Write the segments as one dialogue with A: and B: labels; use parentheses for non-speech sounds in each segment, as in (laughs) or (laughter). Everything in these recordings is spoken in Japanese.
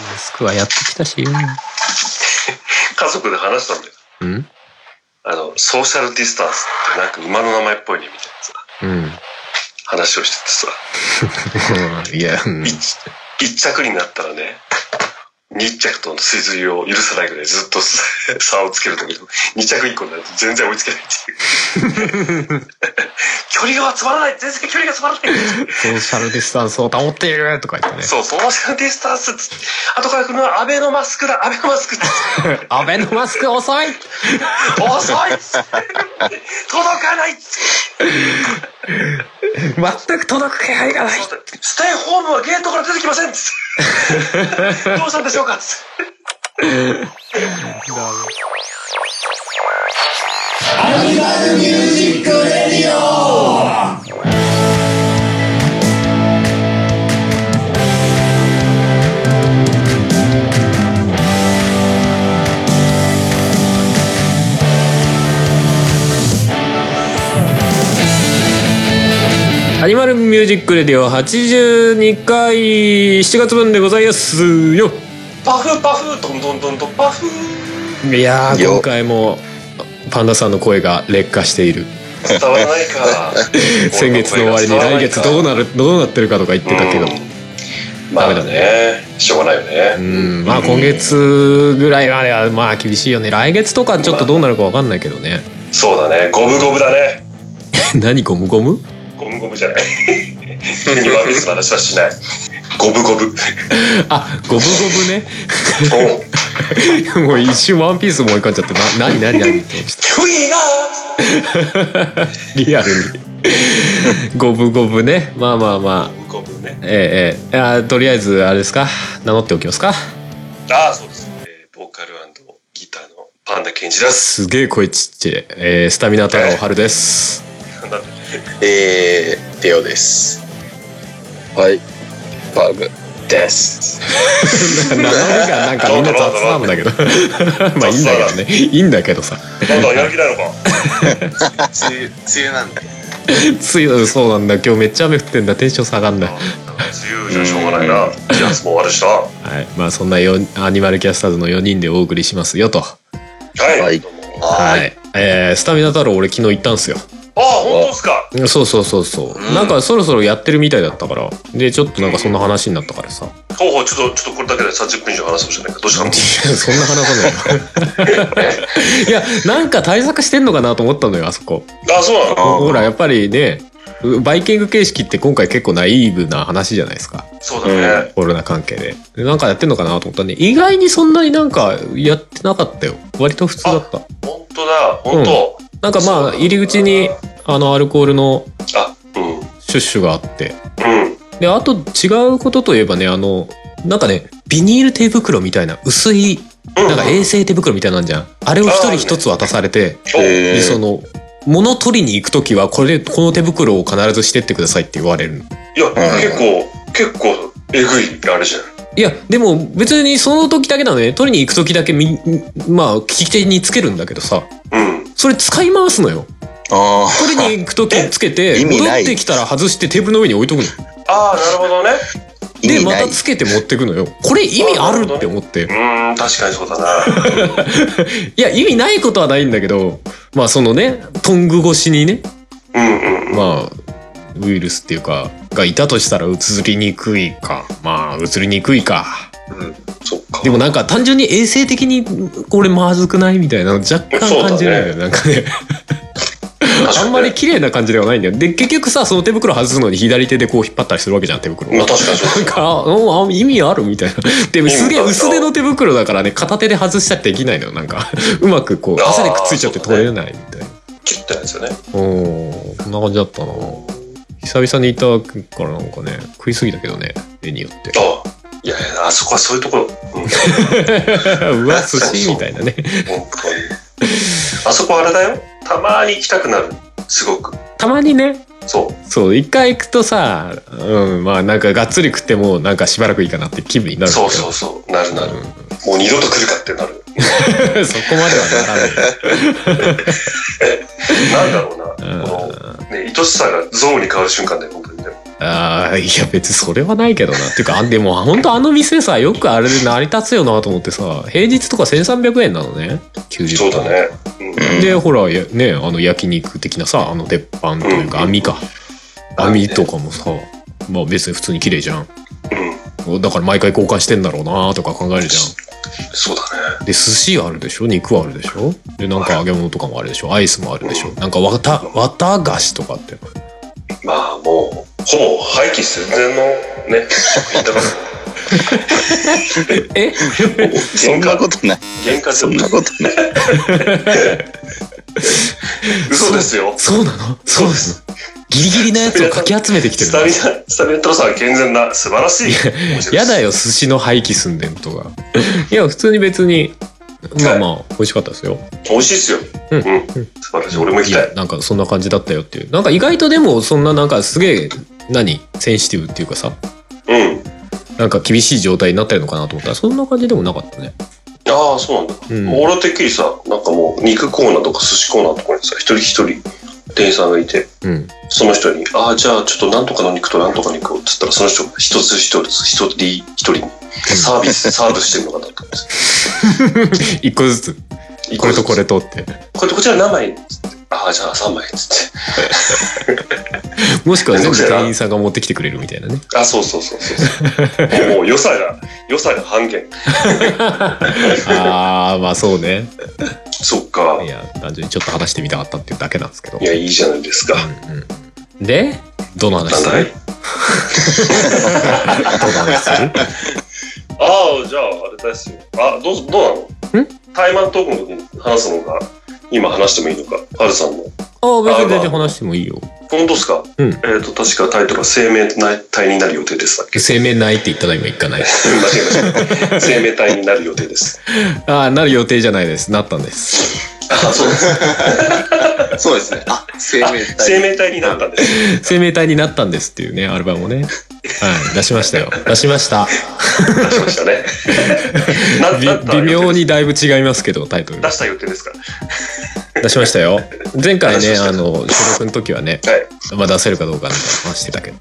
A: マスクはやってきたし。
B: 家族で話したんだよ。
A: うん
B: あの、ソーシャルディスタンスってなんか馬の名前っぽいね、みたいなさ、
A: うん。 (laughs)
B: 話をしててさ、
A: いや、うん。
B: 一着になったらね、二着との追随を許さないぐらいずっと差をつけるんだけど、二着以降になると全然追いつけないっていう。
A: (laughs)
B: 距離が詰まらない全然距離が詰まらない
A: ソーシャルディスタンスを保っているとか言ってね。
B: そう、ソーシャルディスタンスっつって、後から来るのはアベノマスクだ、アベノマスクって。
A: 安倍のマスク遅い
B: 遅いっつって届かないっつって
A: 全く届く気配がない
B: ステイホームはゲートから出てきませんっ
A: (laughs)
B: つってどうしたんでしょうかっつって
A: アニマルミュージックレディオ82回7月分でございますよ
B: パフパフどんどんどんどんパフ伝
A: いやー
C: よ
A: 今回もパンダさんの声が劣化している
B: わらないか
A: (laughs) 先月の終わりに来月どうなるどうなってるかとか言ってたけど
B: うんまあねしょうがないよ
A: う
B: ね
A: んまあ今月ぐらいまではまあ厳しいよね来月とかちょっとどうなるかわかんないけど (laughs) ね
B: そうだねゴムゴムだね
A: 何ゴムゴム
B: ゴムゴムじゃないニワミスの話はしないゴブゴブ
A: あゴム
B: おう
A: ゴムね (laughs) もう一瞬ワンピース思い浮かんじゃってな何何何って思っちゃった
B: クイーガー
A: リアルに五分五分ねまあまあまあ
B: ゴムゴムね
A: ええええあとりあえずあれですか名乗っておきますか
B: ああそうですえーボーカルギターのパンダケンジです
A: すげえ声ちっちゃい、えースタミナ太郎春です (laughs)
B: なんだって
C: えー、レオです。はい、バグです。
A: 名乗りがなんかみんな雑なんだけど (laughs) まあいいんだけどねいいんだけどさ
B: なんだやる気ないの (laughs) か
C: 梅雨、梅雨なんで。
A: ついそうなんだ今日めっちゃ雨降ってんだテンション下がんない
B: 自由じゃしょうがないな。じゃあ、もう終わるしな。は
A: はいまあそんなよアニマルキャスターズの4人でお送りしますよと
B: い。
C: はい
B: どうも
C: は
A: はい、えースタミナ太郎俺昨日行ったんすよ
B: あ、本当ですか。
A: そうそうそうそう、
C: うん
A: なんかそろそろやってるみたいだったからでちょっとなんかそんな話になったからさい
B: ほうほう、ちょっと、ちょっとこれだけで三十分以上話そうじゃないか。どうしたの。
A: やそんな話さないよいやなんか対策してんのかなと思ったのよあそこ
B: あ、そうなの。
A: ほほらやっぱりねうバイキング形式って今回結構ナイーブな話じゃないですか
B: そうだね。
A: コロナ関係ででなんかやってんのかなと思ったね意外にそんなになんかやってなかったよ割と普通だった
B: 本当だ。本当。
A: なんかまあ入り口にあのアルコールの
B: あ、うん。
A: シュッシュがあって
B: うん。
A: であと違うことといえばねあのなんかねビニール手袋みたいな薄い
B: うん。
A: なんか衛生手袋みたいなんじゃんあれを一
B: あー
A: 人
B: ね
A: 一つ渡されて、
B: お
C: え
A: でその物取りに行く時はこれこの手袋を必ずしてってくださいって言われるの
B: いや、結構、結構、えぐい、あれじゃ
A: い
B: ん。
A: やでも別にその時だけなのね取りに行く時だけみんまあ利き手につけるんだけどさ
B: うん。
A: それ使い回すのよ
C: あ
A: 取りに行く時つけて
C: 意味
A: 戻
C: ない
A: ってきたら外してテーブルの上に置いとくの
B: ああ、なるほどね。
C: ー、意
A: で
C: 味
A: ま
C: ない。
A: たつけて持ってくのよこれ意味あるって思って
B: うーん、確かにそうだな。
A: いや意味ないことはないんだけどまあそのねトング越しにね
B: うん、うん。
A: まあウイルスっていうかがいたとしたら移りにくいかまあ移りにくいか
B: そっか。
A: でもなんか単純に衛生的にこれまずくないみたいなの若干感じるんだよねなんかねあ
B: 確かにね
A: んまり。綺麗な感じではないんだよで結局さその手袋外すのに左手でこう引っ張ったりするわけじゃん手袋を
B: まあ、確かにそう
A: なんか、うんあ意味あるみたいな。でもすげえ薄手の手袋だからね、片手で外したってできないのよ。なんか、うまくこう、
B: あー
A: 汗でくっついちゃって取れないみたいな。
B: 切ったやつよね。
A: うん、こんな感じだったな。久々にいたからなんかね、食いすぎたけどね、絵によって。
B: ああ。いやいや、あそこはそういうところ。うん。
A: (laughs) うわ、寿司みたいなね。
B: 本当にあそこあれだよたまに行きたくなるすごく
A: たまにね、
B: そう
A: そう、一回行くとさ、うん、まあなんかがっつり食っても、なんかしばらくいいかなって気分になるんだけ
B: そ
A: ど。
B: うそうそうなるなる、
A: うん
B: もう二度と来るかってな
A: (laughs)
B: る
A: そこまではならない。
B: なんだろうな、この、ね、愛しさが憎悪に変わる瞬間だよ本当にね
A: ああいや別にそれはないけどなっていうかあでも本当あの店さよくあれで成り立つよなと思ってさ平日とか1300円なのね90
B: そうだね。うん。
C: うん
A: でほらやねあの焼肉的なさあの鉄板というか
B: うん
A: 網か
B: うん
A: 網とかもさまあ別に普通に綺麗じゃん
B: うん。
A: だから毎回交換してんだろうなとか考えるじ
B: そうだ
A: ゃんで寿司あるでしょ肉あるでしょでなんか揚げ物とかもあるでしょアイスもあるでしょなんかわた綿菓子とかって
B: ね。まあもう、ほぼ廃棄寸前のね、食品だから、
A: え
C: そんなことない。
B: 原価
C: そ
B: 全
C: ん
B: 部
C: なことない。
B: 嘘ですよ。
A: そうなのそうなのギリギリのやつをかき集めてきてる
B: スタミナ、スタミナトロさんは健全な、素晴らし
A: (laughs)
B: い。
A: やだ。よ寿司の廃棄すんでんとかいや普通に別にまあまあ美味しかったですよ
B: 美味しいっすよ。
A: う
B: うんん。素晴らしい。俺も行きたい。
A: なんかそんな感じだったよっていうなんか意外とでもそんななんかすげえ何センシティブっていうかさ
B: うん。
A: なんか厳しい状態になってるのかなと思ったらそんな感じでもなかったね
B: ああ、そうなんだ。
A: うん
B: 俺てっきりさ、なんかもう肉コーナーとか寿司コーナーとかにさ、一人一人店員さんがいて、
A: うん
B: その人に、ああ、じゃあちょっとなんとかの肉となんとかの肉をっつったら、その人が一つ一つ、一人一人にサービス、サーブしてるのかなと思っ
A: 一個ずつ
B: て。
A: これとこれ
B: こ
A: とって
B: れとこちら何枚つってああ、じゃあ3枚っつっ
A: もしくは全部店員さんが持ってきてくれるみたいなね
B: て。あ、そうそうそうそうそう。
A: (laughs)
B: もうもう良さが、良さが半減。
A: ああまあそうね
B: そっか
A: い。や単純にちょっと話してみたかったっていうだけなんですけど
B: いや、いいじゃないですか。
A: うんうん、でどの話
B: なん
A: す
B: だい
A: るどの話す
B: (laughs)
A: る
B: ああ、じゃあ、あれですよ。あ、どう、どうなの
A: ん
B: タイマントークの時に話すのが、今話してもいいのか、ハルさんの。
A: ああ別に全然話してもいいよ
B: 本当ですか、
A: うん
B: えっ、と、確かタイトルは生命体になる予定
A: (laughs)
B: ですだっけ
A: 生命ないって言ったの今一回ない
B: 間違えました。 (laughs) 生命体になる予定です。
A: ああなる予定じゃないですなったんです
B: あ、そうです。
C: そうですね。あ、生命
B: (laughs) 生命体になったんです。
A: 生命体になったんですっていうねアルバムをねはい出しましたよ出しました
B: 出しました
A: (laughs)
B: ね。な
A: び
B: なった
A: 微
B: 予
A: 妙
B: 定
A: にだいぶ違いますけどタイトル
B: 出した予定ですか
A: 出しましたよ前回
B: 出
A: ね
B: しました
A: あの収録の時はね、
B: はい。
A: まあ、出せるかどうかみたいな話してたけど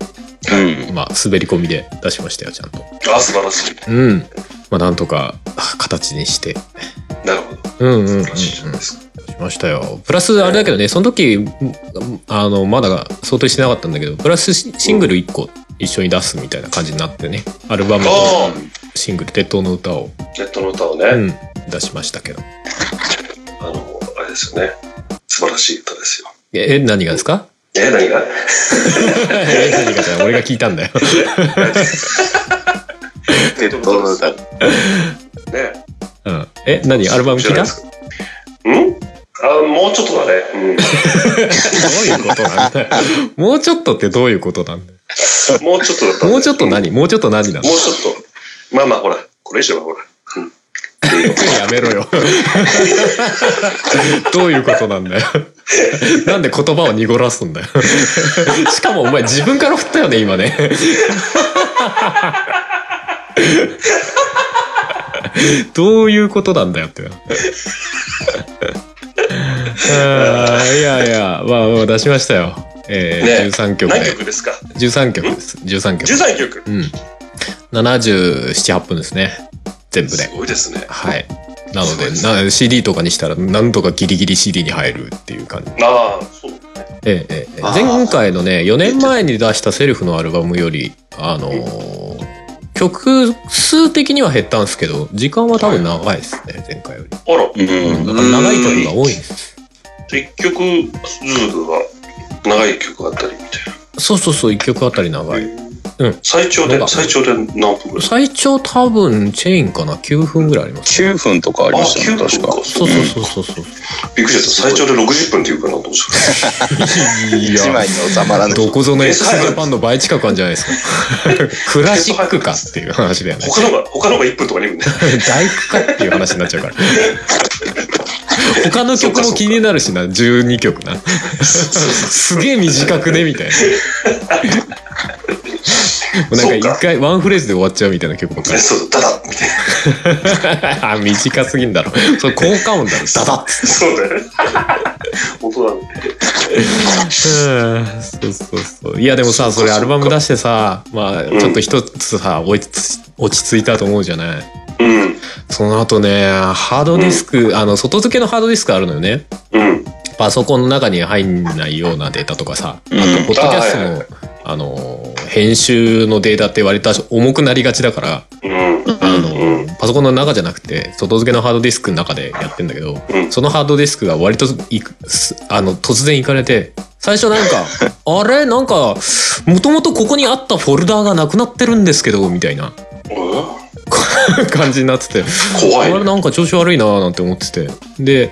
C: うん。
A: まあ滑り込みで出しましたよちゃんと
B: あ、素晴らしい。
A: うんまあなんとかあ形にして
B: なるほど。
A: うんうんうん、うん、
B: 素晴らしいじゃないですか。
A: しましたよプラスあれだけどねその時んあのまだ想定してなかったんだけどプラスシシングル1個一緒に出すみたいな感じになってねアルバムと
B: あ
A: シングル「鉄塔の歌を」
B: あ、ネットの歌をね、
A: うん、出しましたけど
B: あの、あれですよね。素晴らしい歌ですよ。
A: ええ何がですか (laughs)
B: え、何が
A: え何がじゃない俺が聞いたんだよ
B: ネットの歌。ね。
A: うんえ何アルバム聞いたど
B: うんあ、もうちょっとだね。う
A: ういうことなんだよもうちょっとってどういうことなんだよ
B: ん。もうちょっとだったね
A: もうちょっと何もうちょっと何なの
B: もうちょっと。まあまあ、ほら、これ以上はほら。
A: やめろよ。どういうことなんだよ。なんで言葉を濁らすんだよ。しかもお前自分から振ったよね、今ね。どういうことなんだよってな。あーいやいや、まあ、まあ出しましたよ。えー
B: ね
A: 13曲
B: 何
A: で。
B: 曲ですか
A: 13曲です。13曲。
B: ?13 曲。
A: うん。77、8分ですね。全部で。
B: すごいですね。
A: はい。なの
B: そう
A: で
B: です
A: な CD とかにしたらなんとかギリギリ CD に入るっていう感じ。
B: ああ、そう。
A: ええええ、
C: あー
A: 前回のね4年前に出したセルフのアルバムよりあのー曲数的には減ったんですけど時間は多分長いですね前回より。だ
B: あら、
C: うん。
A: から長い曲が多いんです。
B: 結局、ズールは長い曲あったりみたい
A: そうそうそう1曲あたり長い。
B: な。
A: うん
B: 最長
A: なん
B: で、
A: か
B: 最長で何分ぐらい
A: 最長多分チェインかな9分ぐらいあります。
C: 9分とかありましたね、
B: あ
C: 確
B: 9分
C: か
B: か。
A: そうそうそうそうそう。
B: びっくりした。最長で60分っていうかなと思って
A: い
C: 1枚に収まらない。
A: どこぞの x ジャパンの倍近くあるんじゃないです
C: (laughs)
A: か。クラシックかっていう話だよね
B: た。。他のが、他のが1分とか2分ね。
A: (laughs) 大工かっていう話になっちゃうから。他の曲も気になるしな、12曲な。すげえ短くね、みたいな。もうなんか一回ワンフレーズで終わっちゃうみたいな曲ばっ (laughs) かり。
B: そうそう、ダダッみたいな。
A: あ、短すぎんだろ。それ効果音だろ。ダダッつっ
B: そうだよね。本当だね。
A: うんそうそうそういやでもさ
C: そ
A: そうれ
C: か
A: アルバム出してさまあ
B: ん
A: ちょっと一つさ落ち着落ち着いたと思うじゃない
B: うん。
A: その後ねハードディスク、あの外付けのハードディスクあるのよね
B: うん。
A: パソコンの中に入んないようなデータとかさ
C: うん
A: ポッドキャスト
B: あはい
A: のあの編集のデータって割と重くなりがちだから
B: うん。
A: あの、
B: うん
A: パソコンの中じゃなくて外付けのハードディスクの中でやってんだけど、
B: うん
A: そのハードディスクが割といくすあの突然いかれて最初なん
B: (laughs)
A: か「あれなんかもともとここにあったフォルダーがなくなってるんですけど」みたいな (laughs) 感じになっててあ
B: 怖い
A: れ
B: ね。
A: なんか調子悪いなーなんて思っててで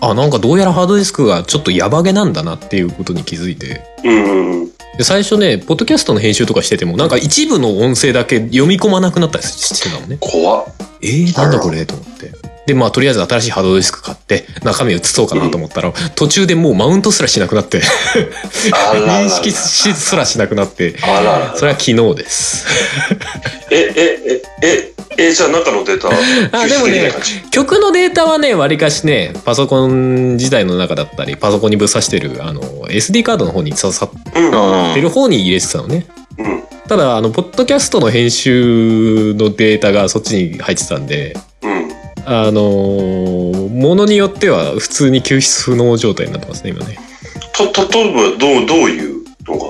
A: あなんかどうやらハードディスクがちょっとヤバげなんだなっていうことに気づいて。
B: うん。うん
A: で最初ね、ポッドキャストの編集とかしてても、なんか一部の音声だけ読み込まなくなったりしてたのね。
B: 怖っ
A: えー、なんだこれと思って。で、まあ、とりあえず新しいハードディスク買って、中身移そうかなと思ったら、途中でもうマウントすらしなくなって、
B: あららら
A: 認識すらしなくなって、
B: あらら
A: それは昨日です。
B: え、え、え、え、え、じゃあ中のデータ、
A: あ、でも
B: きな
A: ね
B: 感じ、
A: 曲のデータはね、割かしね、パソコン時代の中だったり、パソコンにぶっ刺してる、あの、SD カードの方に刺さっ
B: うん。
A: てる方に入れてたのね。
B: うん。
A: ただ、あの、ポッドキャストの編集のデータがそっちに入ってたんで、
B: うん。
A: あのーものによっては普通に救出不能状態になってますね、今ね。
B: と、例えば、どう、どういうのが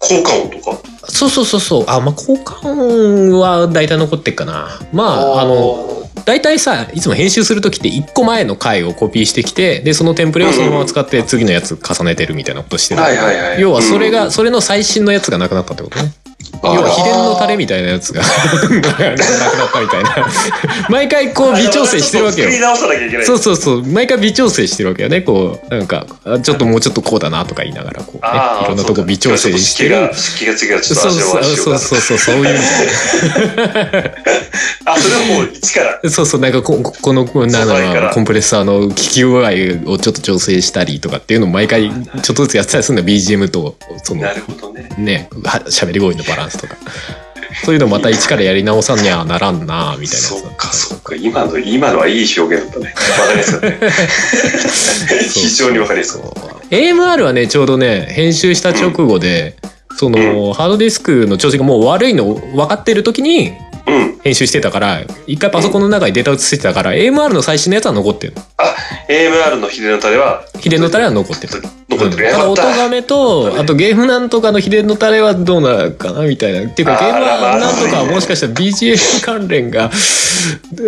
B: 効果音とか。
A: そうそうそうそう。あ、まあ、交換は大体残ってっかな。まあ、あの、
B: ー、
A: 大体さ、いつも編集するときって1個前の回をコピーしてきて、で、そのテンプレをそのまま使って次のやつ重ねてるみたいなことしてる。
B: はいはいはい。
A: 要はそれ
B: う
A: が、
B: ん、
A: それの最新のやつがなくなったってことね。
C: あー
A: 要は秘伝のタレみたいなやつが (laughs) なくなったみたいな。 (laughs) 毎回こう微調整してるわけよ
B: あ。やばいちょっと作り直さなきゃいけない。
A: そうそうそう毎回微調整してるわけよねこうなんかあちょっともうちょっとこうだなとか言いながらこう、ね、
B: ああ
A: いろんなとこ微調整して
B: そう
A: る
B: だ湿気が、湿気が違う。ちょっ
A: そ
B: と
A: う
B: 味
A: そ
B: を
A: うそうそうそうそういう意味
B: あ、それはもう一から。
A: でそうそうなんかこここのこうな
B: 素材から
A: のコンプレッサーの効き具合をちょっと調整したりとかっていうのを毎回ちょっとずつやってたりするんだ BGM とその
B: なるほどね。
A: ねは喋り声のバランスとかそういうのまた一からやり直さにゃならんなみたいな
B: そ
A: やつだ
B: っかそっか今の今のはいい表現だったねわかりやすかった
A: (laughs)
B: ね非常にわかりやすかっ
A: AMR はねちょうどね編集した直後で、その、ハードディスクの調子がもう悪いの分かってる時に
B: たうん
A: 編集してたから一回パソコンの中にデータ移してたから、AMR の最新のやつは残ってる
B: AMR の秘伝のタレは
A: 秘伝のタレは残ってる、
B: 残ってる
A: うん
B: や
A: ただ
B: ばっ
A: 音
B: た
A: がめと、あとゲームなんとかの秘伝のタレはどうなるかなみたいな。っていうか、ゲ
B: あ
A: ー
B: ー
A: ムはなんと
B: ま
A: かは
B: あ
A: もしかしたら BGM 関連が (laughs)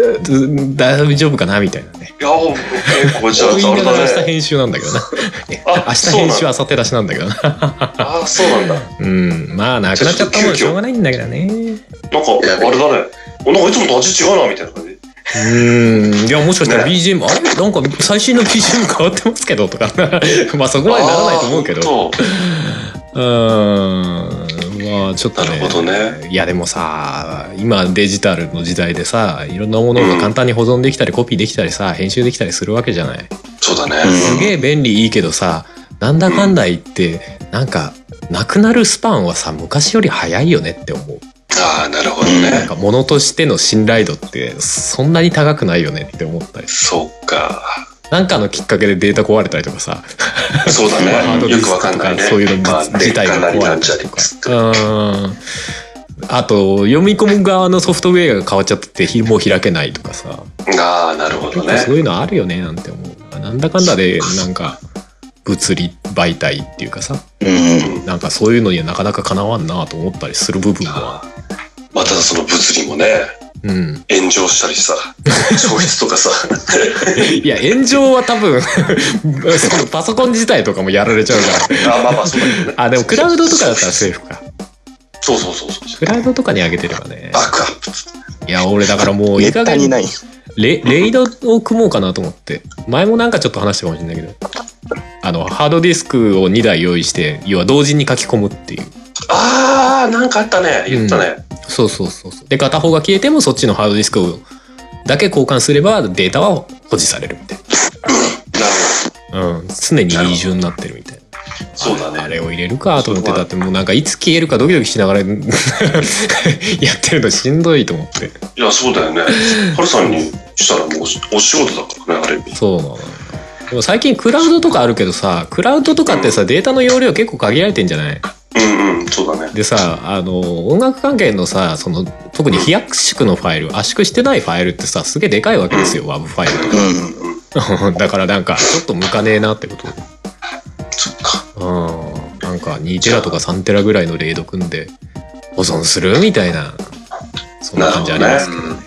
A: 大丈夫かなみたいなね。
B: いやもう結構じゃあ
A: 言い
B: あ
A: な
B: れ
A: がら (laughs) 明日
B: だね
A: 編集なんだけどな。
B: あ
A: 明日
B: そう
A: 編
B: なん
A: 集、
B: だ
A: 明後日出しなんだけどな。
B: ああそうなんだなんか
A: うん、まあなくなっちゃったもんはしょうがないんだけどね。う
B: あれだねおなんかいつもと味違うなみたいな感じ
A: ーん、いやもしかしたら
B: ね
A: BGM、あれなんか最新の BGM 変わってますけどとか、まあそこまでな (laughs) らないと思うけど。
B: あーほんと
A: うーん、まあちょっとね。
B: なるほどね
A: いやでもさ、今デジタルの時代でさ、いろんなものが簡単に保存できたり、コピーできたりさ、編集できたりするわけじゃない。
B: そうだね
A: すげえ便利いいけどさ、なんだかんだ言って、なんか、なくなるスパンはさ、昔より早いよねって思う。
B: ああなるほど
A: なん
B: ね
A: か物としての信頼度ってそんなに高くないよねって思ったり
B: そっか
A: なんかのきっかけでデータ壊れたりとかさ
B: そうだ
A: ハード
B: ね
A: ディ
B: よ
A: スク
B: く
A: と
B: わかんないね
A: そういうの
B: まあ
A: 自体が
B: 劣化
A: 壊
B: なりなん
A: れ
B: ち
A: た
B: ゃ
A: りと
B: りっ
A: か
B: つって
A: うんあと読み込む側のソフトウェアが変わっちゃっててひもう開けないとかさ
B: ああなるほどね
A: 結構そういうのあるよねなんて思うなんだかんだでなんか物理媒体っていうかさ
C: うん
A: なんかそういうのにはなかなかかなわんなと思ったりする部分は
B: まあただその物理もね
A: うん
B: 炎上した
A: (laughs)
B: りさ消失とかさ
A: いや炎上は多分 (laughs) そのパソコン自体とかもやられちゃうから
B: あまあまあそうだけどね
A: あ、でもクラウドとかだったらセーフか。
B: そうそうそうそう
A: クラウドとかに上げてればね
B: バ。ックアップ
A: いや、俺だからもうい
C: め
A: い
C: っ
A: 加
C: たに
A: 減
C: ない
A: レ、レイドを組もうかなと思って。前もなんかちょっと話したかもしれないけど。あの、ハードディスクを2台用意して、要は同時に書き込むっていう。
B: ああなんかあったね言ったね、
A: そうそうそうそう。で、片方が消えてもそっちのハードディスクをだけ交換すればデータは保持されるみたい
B: なる
A: な。うん。常に二重になってるみたいな。
B: ほどそうだね
A: あれを入れるかと思って、
B: そう
A: だ
B: だ
A: ってもうなんかいつ消えるかドキドキしながら (laughs) やってるのしんどいと思って。
B: い (laughs) やそうだよねハルさんにしたらもうおお仕事だからねある意味
A: そうなのよ。でも最近クラウドとかあるけどさ、クラウドとかってさ、データの容量結構限られてんじゃない
B: うんうん、そうだね。
A: でさ、あの、音楽関係のさ、その、特に非圧縮のファイル、圧縮してないファイルってさ、すげえでかいわけですよ、WAV ファイル
D: うん。
B: うん、
A: とか。 (laughs) だからなんか、ちょっと向かねえなってこと。
B: そっか。
A: うん。なんか、2テラとか3テラぐらいのレード組んで、保存するみたいな、そんな感じありますけど
B: なるほどね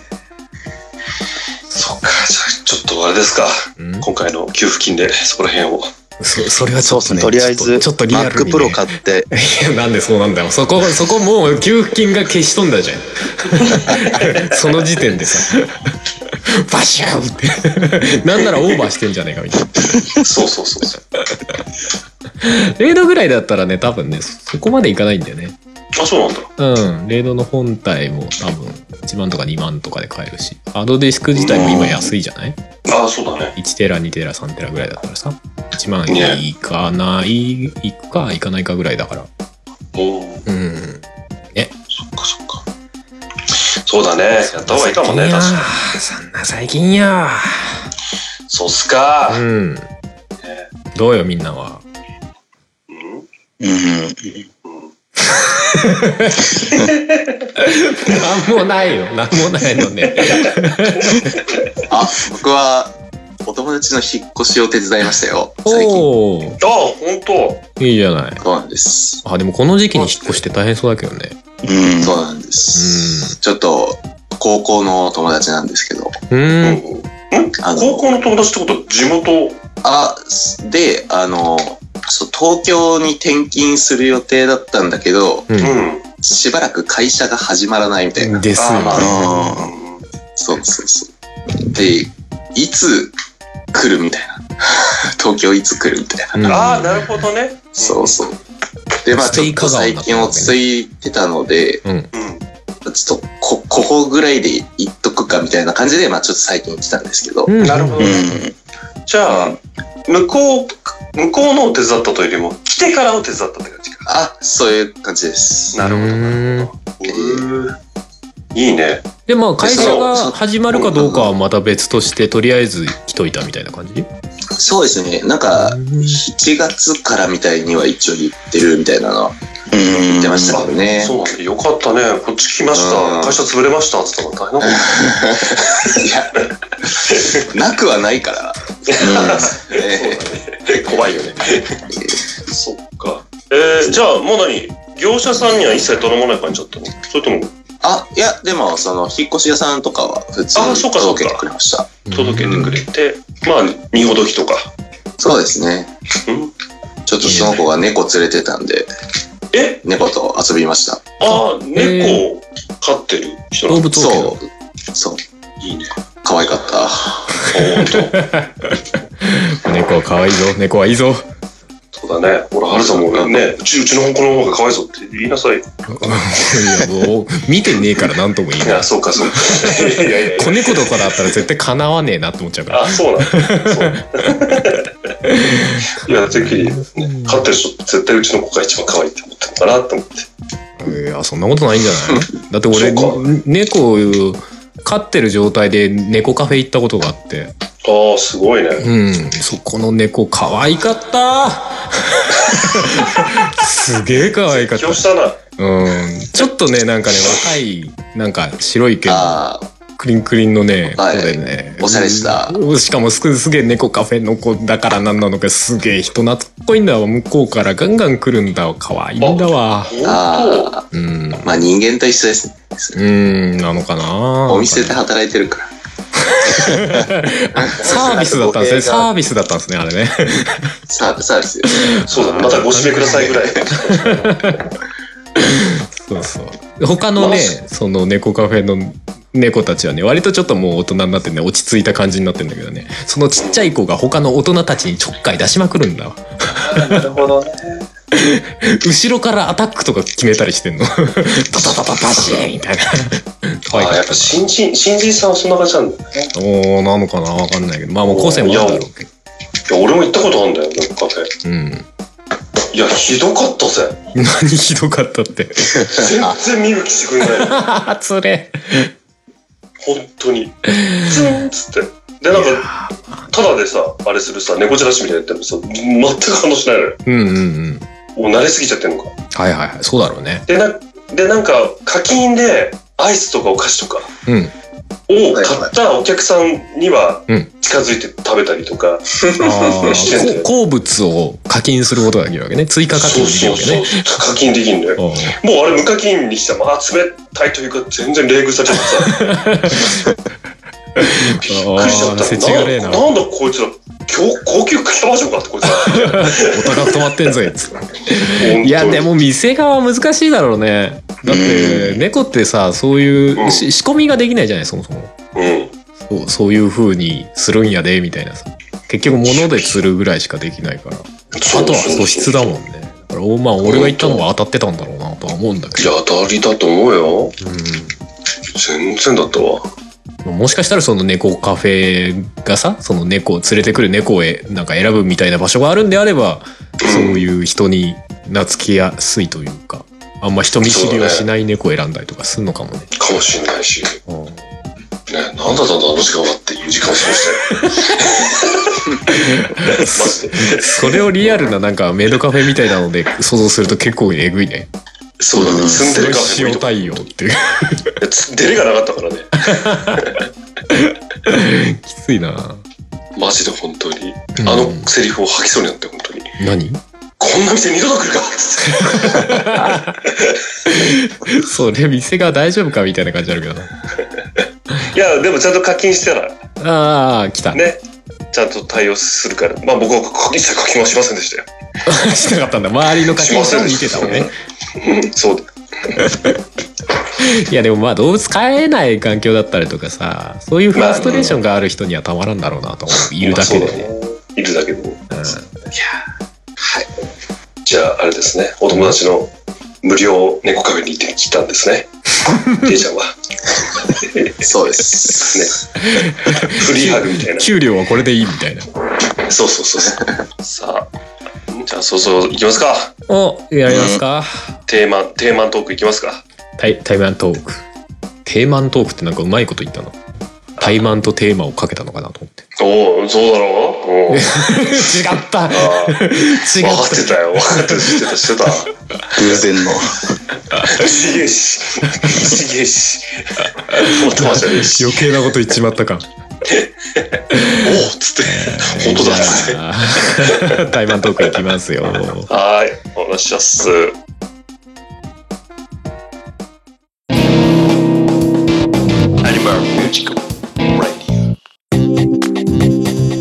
B: そっか、じゃあ、ちょっとあれですか。
A: うん
B: 今回の給付金で、そこら辺を。
A: そそれはち
D: そ
A: ょ
D: う
A: っ
D: です
A: とね
D: ね。とりあえ
A: ちょっ
D: ず、
A: とちょっとリアルに、ね、
D: Mac Pro 買って、
A: いや (laughs) なんでそうなんだよそこそこもう給付金が消し飛んだじゃん (laughs) その時点でさバシャーンって (laughs) なんならオーバーしてんじゃねえかみたいな
B: そうそうそうそう。
A: レードぐらいだったらね多分ねそこまでいかないんだよね
B: (laughs) あ、そうなんだ。
A: うんレードの本体も多分1万とか2万とかで買えるしハードディスク自体も今安いじゃない
B: ああ、そうだね。
A: 1テラ2テラ3テラぐらいだったらさ1万いかないいくかいかないかぐらいだから
B: おお、
A: うん
B: そっかそっか。そうだね。やった方がいいかもね、確か
A: そんな最近や
B: に。そうっすか。
A: うんどうよみんなは
B: うん
D: うん。
A: なんもないよなんもないの
B: (laughs)
A: ね
C: あ、僕は、お友達の引っ越しを手伝いましたよ。最近。
A: おお
B: あ、ほんと。
A: いいじゃない
C: そうなんです。
A: あでもこの時期に引っ越して大変そうだけどね
D: うん。
C: そうなんです。ちょっと、高校の友達なんですけど。
A: う
B: うん
A: ーん
B: ん。
C: あの、
B: 高校の友達ってこと地元
C: あ、すで、あの、そう東京に転勤する予定だったんだけど、
A: うん
B: うん。
C: しばらく会社が始まらないみたいな。
A: ですよ
B: あーまあ
A: ね
D: あ
C: そうそうそう。で、いつ来るみたいな。 (laughs) 東京いつ来るみたいな。
A: うん
B: ああ、なるほどね。
C: そうそう。で、まあちょっと最近落ち着いてたので、
B: うん。
C: ちょっとこ、ここぐらいで行っとくかみたいな感じで、まあちょっと最近来たんですけど。
A: うん
B: なるほ
D: う
B: ど
D: ん。
B: ね。じゃあ、向こう、向こうのを手伝ったというよりも、来てからを手伝ったって感じか。
C: あ、そういう感じです。
B: なるほど
A: うん
B: なるほど。いいね。
A: でまあ会社が
C: そう
A: 始まるかどうかはまた別としてとりあえず来といたみたいな感じ
C: そうですね。なんか、
A: うん
C: 7月からみたいには一応言ってるみたいなのは
D: うん。
C: 言ってましたけどね。
B: そうなんだ。よかったね。こっち来ました
C: う。ん
B: 会社潰れました。つったら大変なこと
C: いや、なくはないから。 (laughs) ね
B: え怖いよね。そっか。えー、じゃあもう何業者さんには一切頼まない感じだったのそれとも
C: あ、いや、でも、その、引っ越し屋さんとかは普通
B: あ
C: に
B: そうかそうか
C: 届けてくれました。
B: 届けてくれて、まあ、見ほどきとか。
C: そうですね。
B: うん
C: ちょっとその子が猫連れてたんで、
B: え
C: 猫と遊びました。
B: ああ、猫を飼ってる人な
A: 動
B: の
A: 物王家の
C: そう。そう。
B: いいね。
C: 可愛かった。
B: 本
A: 猫は可愛いぞ猫はいいぞ
B: 当。そうだね。ほら、ハルさんもね、うち、うちの子の方が可愛いぞって言いなさい。い
A: いやもう見てねえから何とも言いない
B: や、そうか、そうか。 (laughs) いやいやいや
A: 子猫とかだったら絶対かなわねえなって思っちゃうから
B: あ、そうなんだ。そう。いや、てっきり、
A: うん
B: 飼ってる人って絶対うちの子が一番可愛いって思ってるのかなって思って。
A: いやそんなことないんじゃないだって俺
B: そう
A: 猫を飼ってる状態で猫カフェ行ったことがあって
B: ああ、すごいね。
A: うんそこの猫可愛かったすげえ可愛かっ
B: 起
A: た
B: 用したな。
A: うんちょっとねなんかね若いなんか白い毛の
C: ああ、
A: クリンクリンのね子
C: はい
A: でね
C: おしゃれした
A: うんしかもすすげえ猫カフェの子だからなんなのかすげえ人懐っこいんだわ向こうからガンガン来るんだわ可愛いんだわ
B: 本
C: ああ、
A: うん
C: まあ人間と一緒ですね。
A: うーん、なのかな
C: お店で働いてるから。
A: サービスだったんですね。サービスだったんですね、あれね。 (laughs)
C: サービス、サービスです。
B: 当そうだね。またご指名くださいぐらい。
A: そうそう。他の
B: ま
A: ね、
B: あ
A: その猫カフェの猫たちはね、割とちょっともう大人になってね、落ち着いた感じになってんだけどね、そのちっちゃい子が他の大人たちにちょっかい出しまくるんだわ。
B: なるほどね。
A: 後ろからアタックとか決めたりしてん (laughs) の。タタタタタシーンみたいな。可愛
B: あ
A: か
B: や
A: っ
B: っぱ
A: た。
B: 新人、新人さんはそんな感じなんだね。
A: おー、なのかなわかんないけど。まあもう後世もあるだろうけど。
B: いや、俺も行ったことあるんだよ、なんかカフ
A: う
B: ェ。
A: ん。
B: いや、ひどかった (laughs) ぜ。
A: 何ひどかったって。
B: 全然見る気してくれない。
A: ああ、つれ。
B: 本当に。ツンっつって。で、なんか、ただでさ、あれするさ、猫じゃらしみたいなやってもさ、全く反応しないのよ。
A: うんうんうん。
B: もう慣れすぎちゃってんのか。
A: はいはいはい。そうだろう (laughs) ね。
B: で、な、で、なんか、課金で、アイスとかお菓子とか
A: うん。
B: を
C: はい
B: 買ったお客さんには
A: うん、
B: 近づいて食べたりとか。
A: あ
B: してんだよ
A: ーこ好物を課金することができるわけね。追加課金できる
B: そう
A: わけ
B: そう
A: ね。
B: そう。課金できんのよ。
A: うん
B: もうあれ無課金にしたら、まあ冷たいというか全然冷遇されちゃってさ、
A: (laughs)
B: びっくりしちゃ
A: あ
B: っ
A: あ、
B: た。
A: せちがれえな。
B: ん
A: お
B: なんだこいつら、今日高級買いましょうかってこいつら。
A: 高く止まってんぜ。つってい
B: い
A: やで。も店側は難しいだろうねだって猫ってさそういううんし仕込みができないじゃないそもそも
B: うん。
A: そうそういう風にするんやでみたいなさ結局物で釣るぐらいしかできないからあ
B: そう
A: とは
B: そうそ
A: 素
B: う
A: 質だもんねだからまあ俺が言ったのは当たってたんだろうなとは思うんだけ
B: いや
A: ど、
B: 当たりだと思うよ。全然だったわ。
A: うん、もしかしたらその猫カフェがさその猫を連れてくる猫をえなんか選ぶみたいな場所があるんであればそういう人に懐きやすいというかあんま人見知りをしない猫を選んだりとかするのかもね。
B: かもしれないし。ね、
A: うん
B: なんだったんだあの時間はっていう時間をしましたよ。マジ
A: (laughs)
B: で。
A: それをリアルななんかメイドカフェみたいなので想像すると結構えぐいね。
B: そうだ
D: う
B: ね。
D: ん
B: 住ん
A: そ
B: で
A: れ
B: るカフェ
A: 塩
B: もいい
A: (laughs)
B: とこ
A: 対応っていう。
B: いやつ出れがなかったからね。
A: きついな。
B: マジで本当に。
A: う
B: あ
A: ん
B: のセリフを吐きそうになって、本当に。
A: 何
B: こんな店二度と来るかつっ
A: (laughs)
B: て。
A: それ店が大丈夫かみたいな感じあるけど (laughs)
B: いや、でもちゃんと課金したら、
A: な。ああ、来 (laughs) た。
B: ね。ちゃんと対応するから。まあ僕は一切課金はしませんでしたよ。
A: しなかったんだ。周りの課
B: し
A: 金
B: ま
A: 者
B: せ
A: を
B: んで
A: 見て
B: した
A: もんね。
B: うんそう。
A: いやでもまあ動物飼えない環境だったりとかさ、そういうフラストレーションがある人にはたまらんだろうなと思う。いるだけで
B: まあそう
A: ね。
B: だね。いるだけでね。
A: うん
B: じゃあ、あれですね。お友達の無料猫カフェに行ってきたんで
A: (laughs)
B: すね。りえちゃんは。
D: そう
B: (laughs)
D: です。
B: ね。フリーハグみたいな。
A: 給料はこれでいいみたいな。
B: そうそうそうそう。さあ、じゃあ、そうそう、行きますか。
A: お、やりますか。
B: テーマ、テーマトーク行きますか。
A: タイ、タイマントーク。テーマントークってなんかうまいこと言ったな。タイマンとテーマをかけたのかなと思って。
B: おお、そうだろう。 (laughs) うん。
A: (laughs) 違った違っ
B: ああ、分かって
A: た
B: たよ。分かってた、 (laughs) 知ってた、知ってた。
D: 偶然の。
B: すげえし。すげえし。お友達だし。お
A: 余計なこと言っちまった
C: (laughs)
A: か。
B: おっつって。本当だっつって。
A: だ。 (laughs) 台湾トークいきますよ。
B: はーい、お願いします。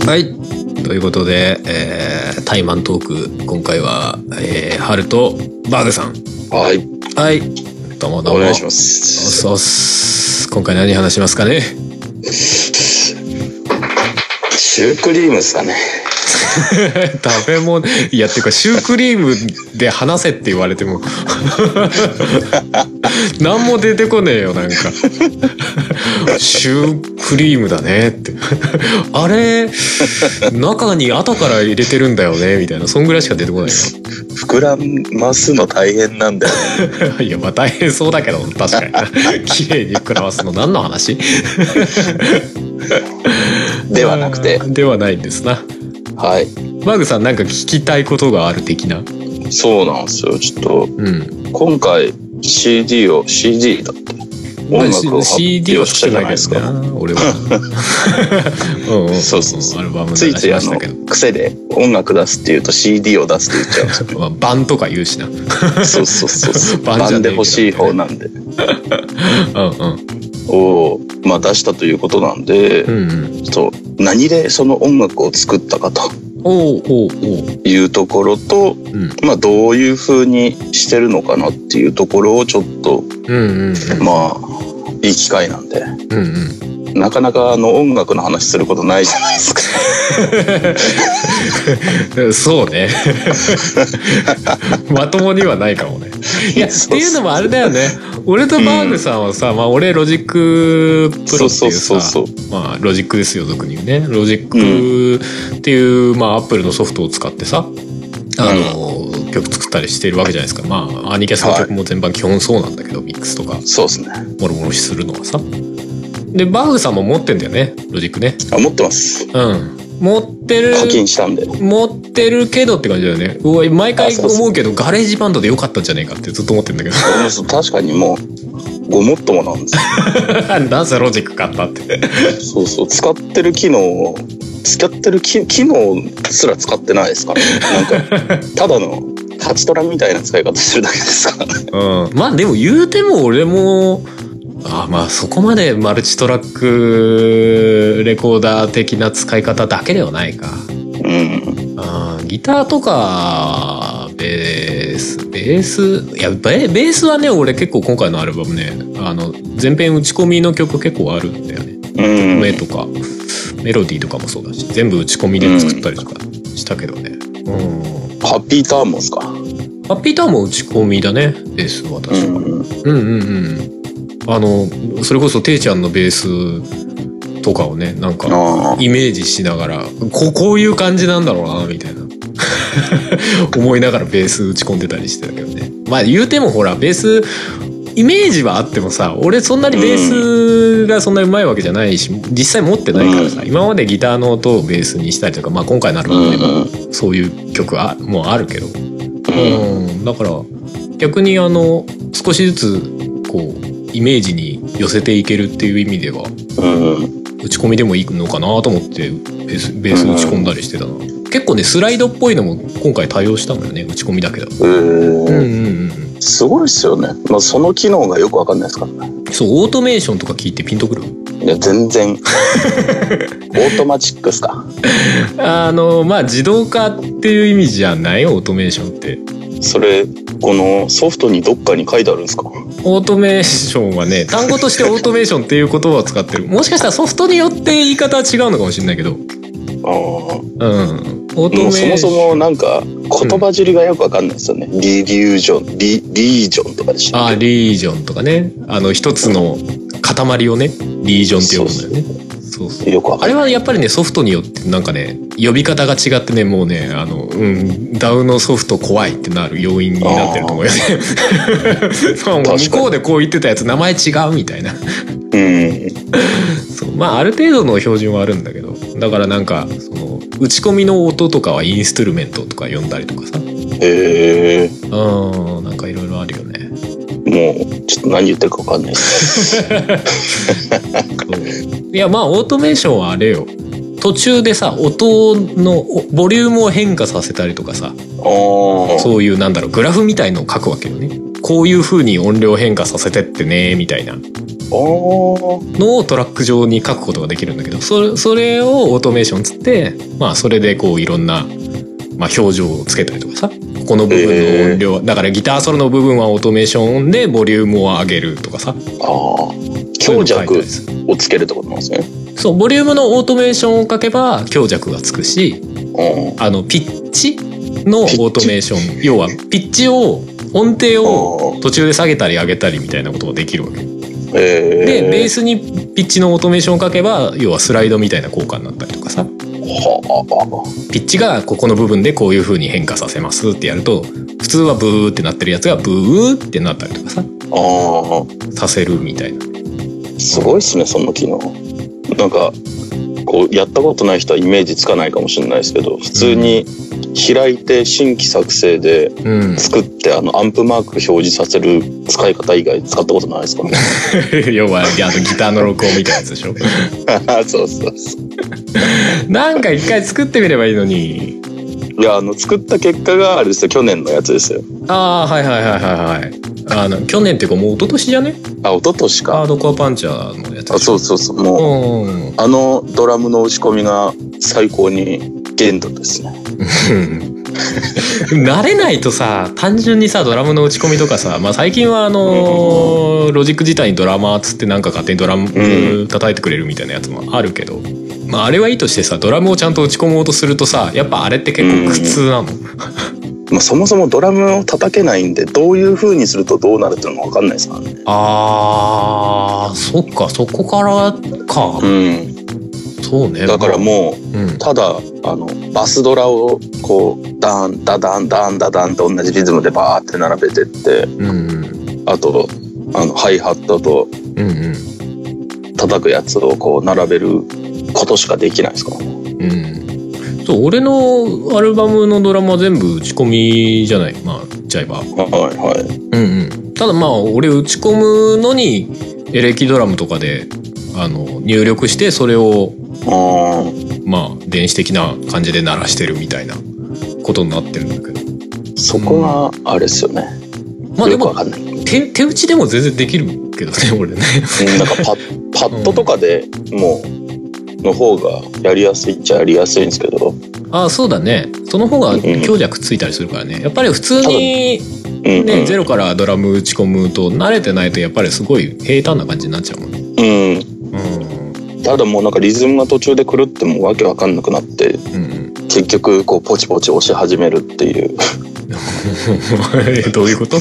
A: はい。ということで、えー、台湾トーク、今回は、えー、ハルとバーグさん。
C: はい、
A: はい。どうもどう
C: お
A: も。。
C: 願いしますす。
A: そうっす。今回何話しますかね。
C: シュークリームですかね。
A: 食べ物、いや、っていうか、シュークリームで話せって言われても、 (laughs) 何も出てこねえよ、なんか。シュークリームだねって。あれ、中に後から入れてるんだよね、みたいな。そんぐらいしか出てこない
C: 膨らますの大変なんだよ。
A: よ。いや、まあ大変そうだけど、確かに。綺麗に膨らますの何の話
C: ではなくて
A: あ、ーではないんですな。
C: はい。
A: バーグさん、なんか聞きたいことがある的な。
C: そうなんですよ。ちょっと、
A: うん。
C: 今回 CD を、CD だって。音楽を発
A: CD は作っ
C: 表した
A: て
C: じゃ
A: ない
C: ない
A: け
C: です
A: ど
C: か。
A: な、俺は。 (laughs) うんうん
C: そうそうそ
A: アルバム流
C: ついつい
A: し
C: あ
A: ました
C: の
A: けど、
C: 癖で音楽出すって言うと CD を出すって言っちゃうんですよ。
A: まあ、版とか言うしな。うん (laughs)
C: そうそうそうそう。
A: バンじゃねえけどね
C: 版で欲しい方なんで。
A: うん。
C: を、まあ出したということなんで、
A: うんうん。
C: ちょっと何でその音楽を作ったかと
A: おうおうおう。
C: いうところ
A: う
C: と、
A: ん
C: まあどういう風にしてるのかなっていうところをちょっと、
A: うんうん
C: まあ、いい機会なんで。
A: うん。うんうん。
C: なかなかあの音楽の話することないじゃないですか。
A: えそうね。 (laughs) まともにはないかもね。いや、っ
C: そう
A: ていうのもあれだよね。俺とバーグさんはさ、まあ俺ロジックプ
C: そ
A: ロ
C: う
A: って
C: そ
A: いうう
C: そう
A: さ
C: そう、。
A: まあロジックですよ、俗に言うね。ロジックっていう、まあアップルのソフトを使ってさ、あの、曲作ったりしてるわけじゃないですか。まあアニキャスの曲も全般基本そうなんだけど、ミックスとか。
C: そうですね。
A: もろもろするのはさで、バーグさんも持ってんだよね、ロジックね。
D: あ、持ってます。
A: うん。持ってる、
D: 課金したんで。
A: 持ってるけどって感じだよね。うわ、毎回思うけど、ガレージバンドでよかったんじゃねえかってずっと思ってんだけど。 (laughs)
D: 俺もそう確かにもう、ごもっともなんですよ。
A: なぜロジック買ったって。 (laughs)
D: そうそう。使ってる機能を、使ってる機機能すら使ってないですから、ね、なん
A: (laughs)
D: か、ただの、タチトラみたいな使い方してるだけですからね。
A: うん。まあでも言うても俺も、あまあそこまでマルチトラックレコーダー的な使い方だけではないか。
D: うん。
A: あーギターとか、ベース、ベース、いや、ベベースはね、俺結構今回のアルバムね、あの、前編打ち込みの曲結構あるんだよね。
D: うん。
A: 目とか、メロディーとかもそうだし、全部打ち込みで作ったりとかしたけどね。うん。
D: ハッピーターンもですか。
A: ハッピーターンも打ち込みだね、ベースは確か。
D: うん。
A: うんうんうん。あの、それこそ、ていちゃんのベースとかをね、なんか、
D: ああ。
A: イメージしながら、ここういう感じなんだろうな、みたいな。 (laughs) 思いながらベース打ち込んでたりしてたけどね。まあ言うてもほら、ベース、イメージはあってもさ、俺そんなにベースがそんなにうまいわけじゃないし、実際持ってないからさ、今までギターの音をベースにしたりとか、まあ今回のアル
D: う
A: バムで
D: ん
A: も
D: うん。
A: そういう曲あもうあるけど、
D: うん。
A: うん、だから逆にあの少しずつこうイメージに寄せていけるっていう意味では
D: うん。
A: 打ち込みでもいいのかなと思ってベースベース打ち込んだりしてたな、結構ねスライドっぽいのも今回多用したのよね打ち込みだけど
D: う
A: う
D: ん。
A: んうん
D: すごいですよね。まあ、その機能がよくわかんないですからね。
A: うんそうオートメーションとか聞いてピンとくる
D: いや、
A: (laughs)
D: 全然。オートマチックっすか。
A: あのまあ自動化っていう意味じゃないオートメーションって
D: それ、このソフトにどっかに書いてあるんですか
A: オートメーションは
D: (laughs)
A: ね単語としてオートメーションっていう言葉を使ってるもしかしたらソフトによって言い方は違うのかもしれないけど
D: ああ。も
A: うん。オートメ
D: う
A: ー
D: そ
A: ショ
D: も
A: ン。
D: そもなんか、言葉尻がよくわかんないですよね。リリュージョン、リ、リージョンとかでした
A: あ
D: っ
A: ー
D: け。
A: リージョンとかね。あの、一つの塊をね、リージョンって呼ぶんだよね。そうそう。
D: よくわ
A: あ
D: かん
A: れ
D: ない。
A: はやっぱりね、ソフトによってなんかね、呼び方が違ってね、もうね、あの、うん、DAW のソフト怖いってなる要因になってると思うよね。 (laughs) そう、もう向こうでこう言ってたやつ、名前違うみたいな。
D: うん。
A: そうまあある程度の標準はあるんだけどだからなんかその打ち込みの音とかはインストゥルメントとか呼んだりとかさ
D: へえ。
A: うんなんかいろいろあるよね
D: もう、ちょっと何言ってるかわかんないです。
A: いやまあオートメーションはあれよ途中でさ音のおボリュームを変化させたりとかさ
D: ああ。
A: そういうなんだろうグラフみたいのを書くわけよねこういう風に音量変化させてってねみたいな
D: あ
A: のをトラック上に書くことができるんだけどそれそれをオートメーションつってまあそれでこういろんな、まあ、表情をつけたりとかさここの部分の音量は、だからギターソロの部分はオートメーションでボリュームを上げるとかさ
D: あ。ああ。
A: そうい
D: 強
A: うの書いたり
D: 弱
A: する
D: をつけるってことなんですね。
A: そうボリュームのオートメーションをかけば強弱がつくし
D: うん。
A: あのピッチのオートメーション要はピッチを音程を
D: あ
A: 途中で下げたり上げたりみたいなこともできるわけ
D: あ。へえ。
A: でベースにピッチのオートメーションをかけば要はスライドみたいな効果になったりとかさ
D: は
A: ピッチがここの部分でこういう風に変化させますってやると普通はブーってなってるやつがブーってなったりとかさ
D: あ。ああ。
A: させるみたいな
D: すごいっすね、その機能。なんか、こう、やったことない人はイメージつかないかもしれないですけど、普通に開いて新規作成で
A: うん
D: (laughs) 作って、あの、アンプマーク表示させる使い方以外使ったことないですからね。
A: 要はあのギターの録音みたいなやつでしょ
D: (laughs) そうそうそ
A: なんか一回作ってみればいいのに
D: う。いや、あの、作った結果があれですよ、去年のやつですよ。
A: ああはいはいはいはいはいあの去年っていうかもう一昨年じゃね
D: あ、一昨年
A: ハー
D: か。
A: ドコアパンチャーのやつ
D: あ
A: でしょ
D: そうそうそう。もう、
A: うんうん
D: あのドラムの打ち込みが最高に限度ですね。
A: (laughs) 慣れないとさ単純にさドラムの打ち込みとかさ、まあ、最近はあのーロジック自体にドラマーっつってなんか勝手にドラ
D: う
A: ム叩いてくれるみたいなやつもあるけど、まあ、あれはいいとしてさドラムをちゃんと打ち込もうとするとさやっぱあれって結構苦痛なの、
D: まあ、そもそもドラムを叩けないんで、どういう風にするとどうなるっていうのもわかんないですからね。
A: あーそっかそこからか、
D: うん。
A: そうね
D: だからもう、
A: う、うん、
D: ただ、あの、バスドラを、こう、ダン、ダダン、ダン、ダダンと同じリズムでバーって並べてって、
A: うんうん
D: あと、あの、ハイハットと、
A: うんうん
D: 叩くやつをこう並べることしかできないですか
A: うん。そう、俺のアルバムのドラマは全部打ち込みじゃない。まあ、言っちゃえば。
D: はいはい。
A: うんうん。ただまあ、俺打ち込むのに、エレキドラムとかで、あの、入力して、それを、
D: あ
A: まあ、電子的な感じで鳴らしてるみたいなことになってるんだけど。
D: ーそこがあれですよね。
A: まあで
D: よくわ
A: も、
D: かんない。うん
A: 手、手打ちでも全然できるけどね、 (laughs) 俺ね。
D: なんかパッパッドとかでもう、の方がやりやすいっちゃやりやすいんですけど。
A: ああ、そうだね。その方が
D: ん
A: 強弱ついたりするからね。やっぱり普通に、
D: うん、
A: ね、ゼロからドラム打ち込むと、慣れてないとやっぱりすごい平坦な感じになっちゃうもんね。
D: うん。うん。
A: う
D: ただもうなんかリズムが途中で狂ってもわけわかんなくなって
A: ん。うん。 (laughs)
D: 結局こうポチポチ押し始めるっていう
A: えどういう (laughs) こと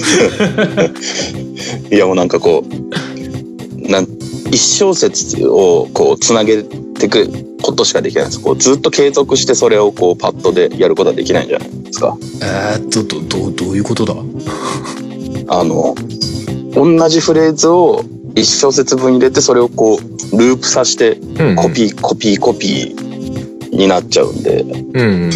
D: いやもうなんかこうなん一小節をこうつなげていくことしかできないんですこうずっと継続してそれをこうパッドでやることはできないんじゃないですか
A: えーっと、ど、ど、どういうことだ
D: あの同じフレーズを一小節分入れてそれをこうループさせて
A: うん
D: コピーコピーコピーになっちゃうんで
A: うん。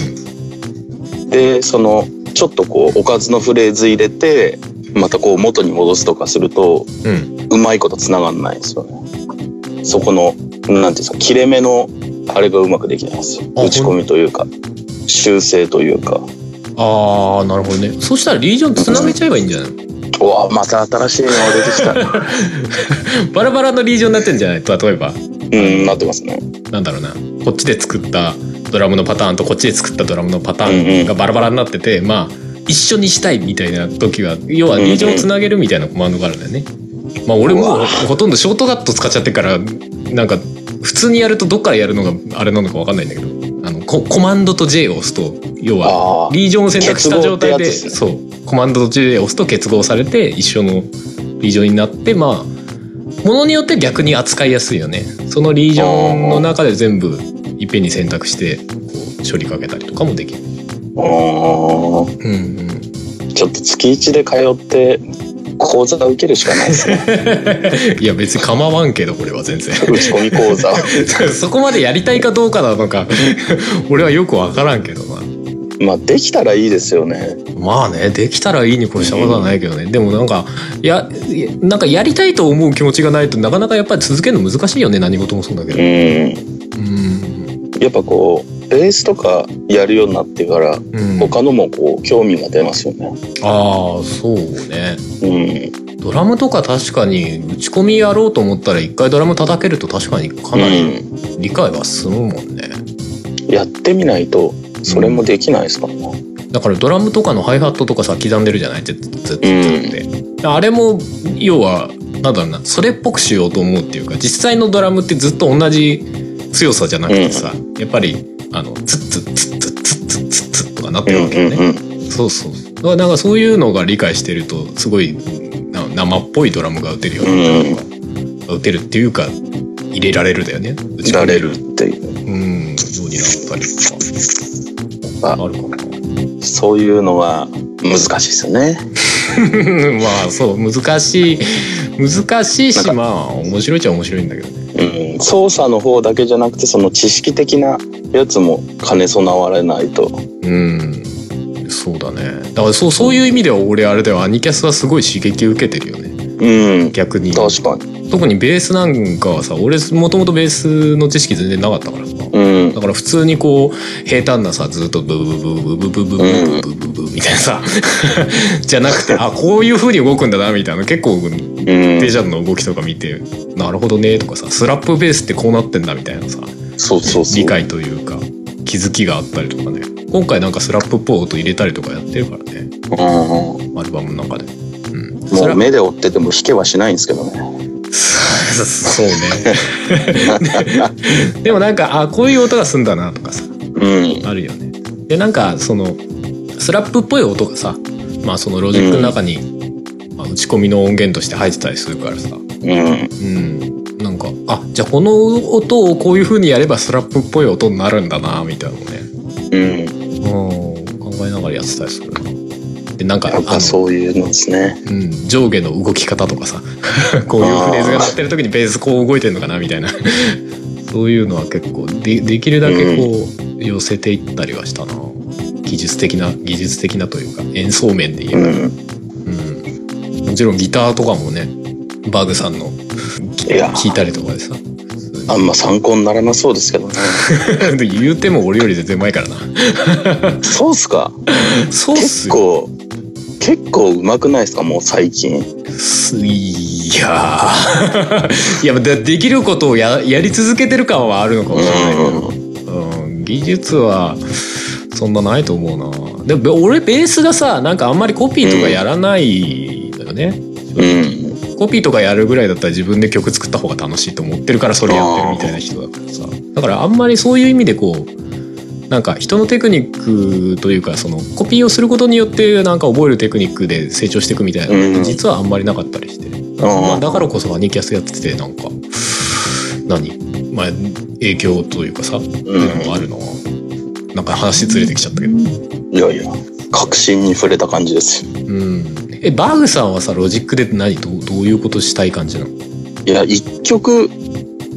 D: でそのちょっとこうおかずのフレーズ入れてまたこう元に戻すとかすると
A: うん。
D: うまいこと繋がんないんですよねそこのなんていうんですか切れ目のあれがうまくできないんですよ
A: あ
D: 打ち込みというか修正というか
A: あー、なるほどね。そしたらリージョンつなげちゃえばいいんじゃないう
D: わまた新しいのが出てきた
A: バラバラのリージョンになってんじゃない例えば、
D: (laughs) うんなってますね
A: なんだろうな。こっちで作ったドラムのパターンとこっちで作ったドラムのパターンがバラバラになってて、まあ、一緒にしたいみたいな時は、要はリージョンをつなげるみたいなコマンドがあるんだよね。まあ、俺
D: う
A: も
D: わ
A: ほとんどショートカット使っちゃってから、なんか、普通にやるとどっからやるのがあれなのかわかんないんだけど、あの、ココマンドと J を押すと、要は、
D: ああ
A: リージョンを選択した状態で、
D: 結合ってやつです
A: そうコマンドと J を押すと結合されて一緒のリージョンになってまあものによって逆に扱いやすいよねそのリージョンの中で全部いっぺんに選択してこう処理かけたりとかもできるう
D: あー
A: んうん
D: ちょっと月一で通って講座受けるしかないです (laughs) ね
A: いや別に構わんけどこれは全然
D: 打ち込み講座
A: (laughs) そこまでやりたいかどうかなのか (laughs) 俺はよくわからんけどな
D: まあできたらいいですよね
A: まあねできたらいいに越したことはないけどね、でもなんかいやいやなんかやりたいと思う気持ちがないとなかなかやっぱり続けるの難しいよね何事もそうだけど
D: うん
A: うん
D: やっぱこうベースとかやるようになってから
A: うん
D: 他のもこう興味が出ますよね。
A: ああそうね
D: うん、
A: ドラムとか確かに打ち込みやろうと思ったら一回ドラム叩けると確かにかなり
D: う
A: 理解は進むもんね、
D: んやってみないとそれもできないですからね。
A: だからドラムとかのハイハットとかさ刻んでるじゃないってずっとってあれも要はなんだろうなそれっぽくしようと思うっていうか実際のドラムってずっと同じ強さじゃなくてさ、やっぱりあのツッツッツッツッツッツッツッツッとかなってるわけよね、
D: うんうん
A: そうそうだからなんかそういうのが理解してるとすごいな生っぽいドラムが打てるようになったりとか打てるっていうか入れられるだよね打
D: うん、
A: 込
D: ら
A: み
D: れるっていう
A: うんようになったりとか
D: あ
A: あるかな
D: そういうのは難しいですよね。
A: (laughs) まあそう難しい難しい
D: なん
A: し
D: か
A: まあ面白いっちゃ面白いんだけどね
D: うん、操作の方だけじゃなくてその知識的なやつも兼ね備われないと。
A: うんそうだねだからそうそういう意味では俺あれだよアニキャスはすごい刺激受けてるよね
D: うん
A: 逆に
D: 確かに。
A: 特にベースなんかはさ俺もともとベースの知識全然なかったからさ
D: うん
A: だから普通にこう平坦なさずっとブブブブブブブブブブブブブみたいなさ (laughs) じゃなくてあこういう風に動くんだなみたいな結構
D: うん
A: デジャンの動きとか見てなるほどねとかさスラップベースってこうなってんだみたいなさ
D: そうそうそう。
A: 理解というか気づきがあったりとかね今回なんかスラップっぽい音入れたりとかやってるからね
D: うんうん
A: アルバムの中で。うん、
D: も
A: スラ
D: う目で追ってても弾けはしないんですけどね。
A: (laughs) そうね (laughs) ででもなんかあこういう音がすんだなとかさ
D: うん
A: あるよねでなんかそのスラップっぽい音がさまあそのロジックの中に、まあ打ち込みの音源として入ってたりするからさ
D: うん
A: うんなんかあじゃあこの音をこういう風にやればスラップっぽい音になるんだなみたいなのね
D: うん。
A: うん考えながらやってたりするなでなんか
D: やっ
A: あ
D: ぱ
A: の、
D: そういうのですね。
A: うん、上下の動き方とかさこういうフレーズが鳴ってる時にベースこう動いてるのかなみたいな (laughs) そういうのは結構でできるだけこう寄せていったりはしたな技術的な技術的なというか演奏面で言えば
D: うん。
A: うん、もちろんギターとかもねバグさんのき
D: いや
A: 聞いたりとかでさ (laughs)
D: あんま参考にならなそうですけどね。
A: で言うても俺より全然前からな
D: そうっすか
A: そうっす
D: 結
A: よ
D: 構、結構うまくないですかもう最近。
A: いやー (laughs) いやでできることをややり続けてる感はあるのかもしれないけど、
D: うん。
A: うん、技術はそんなないと思うなでもべ俺ベースがさなんかあんまりコピーとかやらないのよね、
D: うん。
A: コピーとかやるぐらいだったら自分で曲作った方が楽しいと思ってるからそれやってるみたいな人だからさだからあんまりそういう意味でこうなんか人のテクニックというかそのコピーをすることによってなんか覚えるテクニックで成長していくみたいなのっ
D: う
A: て
D: ん
A: 実はあんまりなかったりして、まあ、だからこそアニキャスやっててなんか何まあ影響というかさ、そういうのもあるのなんか話ずれてきちゃったけど
D: いやいや、確信に触れた感じですよ。
A: うんえバーグさんはさロジックで何どうどういうことしたい感じなの
D: いや、一曲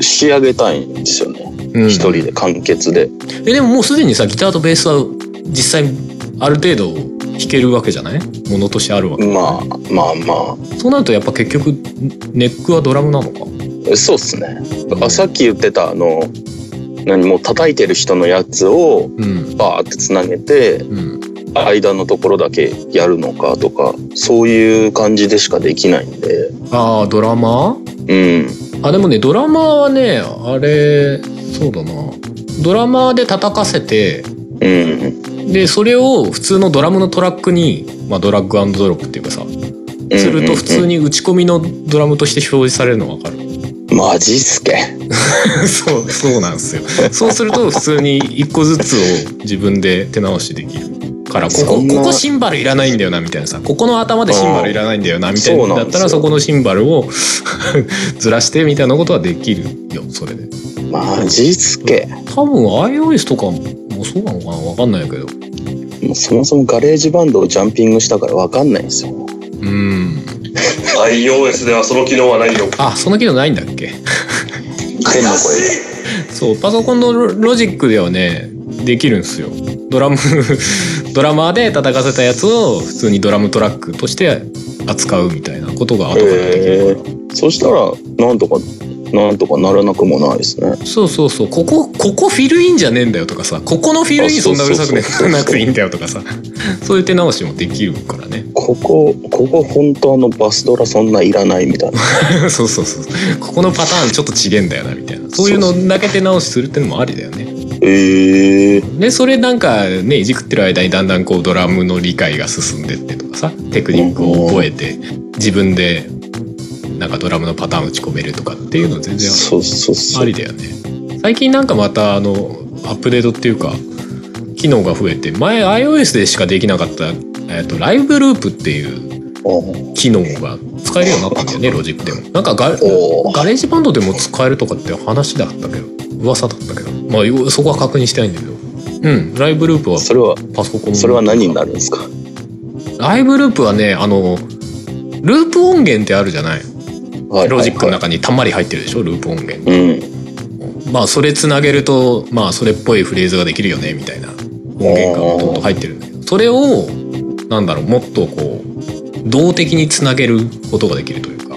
D: 仕上げたいんですよね。
A: うん
D: 一、人で完結で。
A: えでももうすでにさギターとベースは実際ある程度弾けるわけじゃないものとしてあるわけ、
D: まあまあま
A: そうなるとやっぱ結局ネックはドラムなのか
D: あ、そうっすね。
A: うん
D: あさっき言ってたあの、何もう叩いてる人のやつを
A: うん
D: バーってつなげて、
A: うん
D: 間のところだけやるのかとか、そういう感じでしかできないんで。
A: ああドラマー
D: うん。
A: あでもねドラマーはねあれそうだなドラマーで叩かせて
D: うん。
A: でそれを普通のドラムのトラックに、まあ、ドラッグアンドドロップっていうかさすると普通に
D: に。
A: 打ち込みのドラムとして表示されるの分かる
D: マジっすけ。
A: そう、そうなんですよ。 (laughs) そうすると普通に一個ずつを自分で手直しできるから、こ
D: そ
A: こ、
D: んな
A: ここシンバルいらないんだよな、みたいなさ、ここの頭でシンバルいらないんだよな、みたい
D: そ
A: な
D: うなん
A: だっ
D: ですよ
A: たらそこのシンバルを (laughs) ずらしてみたいなことはできるよ、それで。
D: マジっすけ。
A: 多分 iOS とかもそうなのかなわかんないけど。
D: もうそもそもガレージバンドをジャンピングしたからわかんないんですよ。
A: うん。
B: iOS ではその機能はないよ
A: あ、その機能ないんだっけ (laughs)
D: 天の声で。
A: そう、パソコンのロロジックではね、できるんですよ。ドラム、 (laughs) ドラマーで叩かせたやつを普通にドラムトラックとして扱うみたいなことが後からできるから。
D: そしたらなんとかなんとかならなくもないですね。
A: そうそうそう、ここ、ここフィルインじゃねえんだよとかさ、ここのフィルイン
D: あ
A: そ
D: そ
A: ん
D: う
A: な
D: そうう
A: る
D: そう
A: さくなくていいんだよとかさ、 (laughs) そういう手直しもできるからね。 (laughs)
D: ここここ本当あのバスドラそんないらないみたいな。
A: そうそうそう。ここのパターンちょっと違えんだよなみたいな。そういうのだけ手直しするってのもありだよね。
D: (laughs) ええ
A: でそれなんかねいじくってる間にだんだんこうドラムの理解が進んでってとかさテクニックを覚えて自分でなんかドラムのパターン打ち込めるとかっていうの全然
D: そうそうそ
A: あ
D: う
A: り。だよね最近なんかまたあのアップデートっていうか機能が増えて前 iOS でしかできなかった、えっとライブループっていう
D: お
A: 機能が使えるようになったんだよねロジックでもなんかガ
D: おー
A: ガレージバンドでも使えるとかって話だったけど噂だったけどまあよそこは確認してないんだけどうんライブループは
D: それは
A: パソコン
D: それは何になるんですか。
A: ライブループはねあのループ音源ってあるじゃない
D: はい
A: ロジックの
D: な。
A: 中にたんまり入ってるでしょループ音源
D: うん。
A: まあそれつなげるとまあそれっぽいフレーズができるよねみたいな音源がどんどん入ってるんだけどそれをなんだろうもっとこう動的につなげることができるというか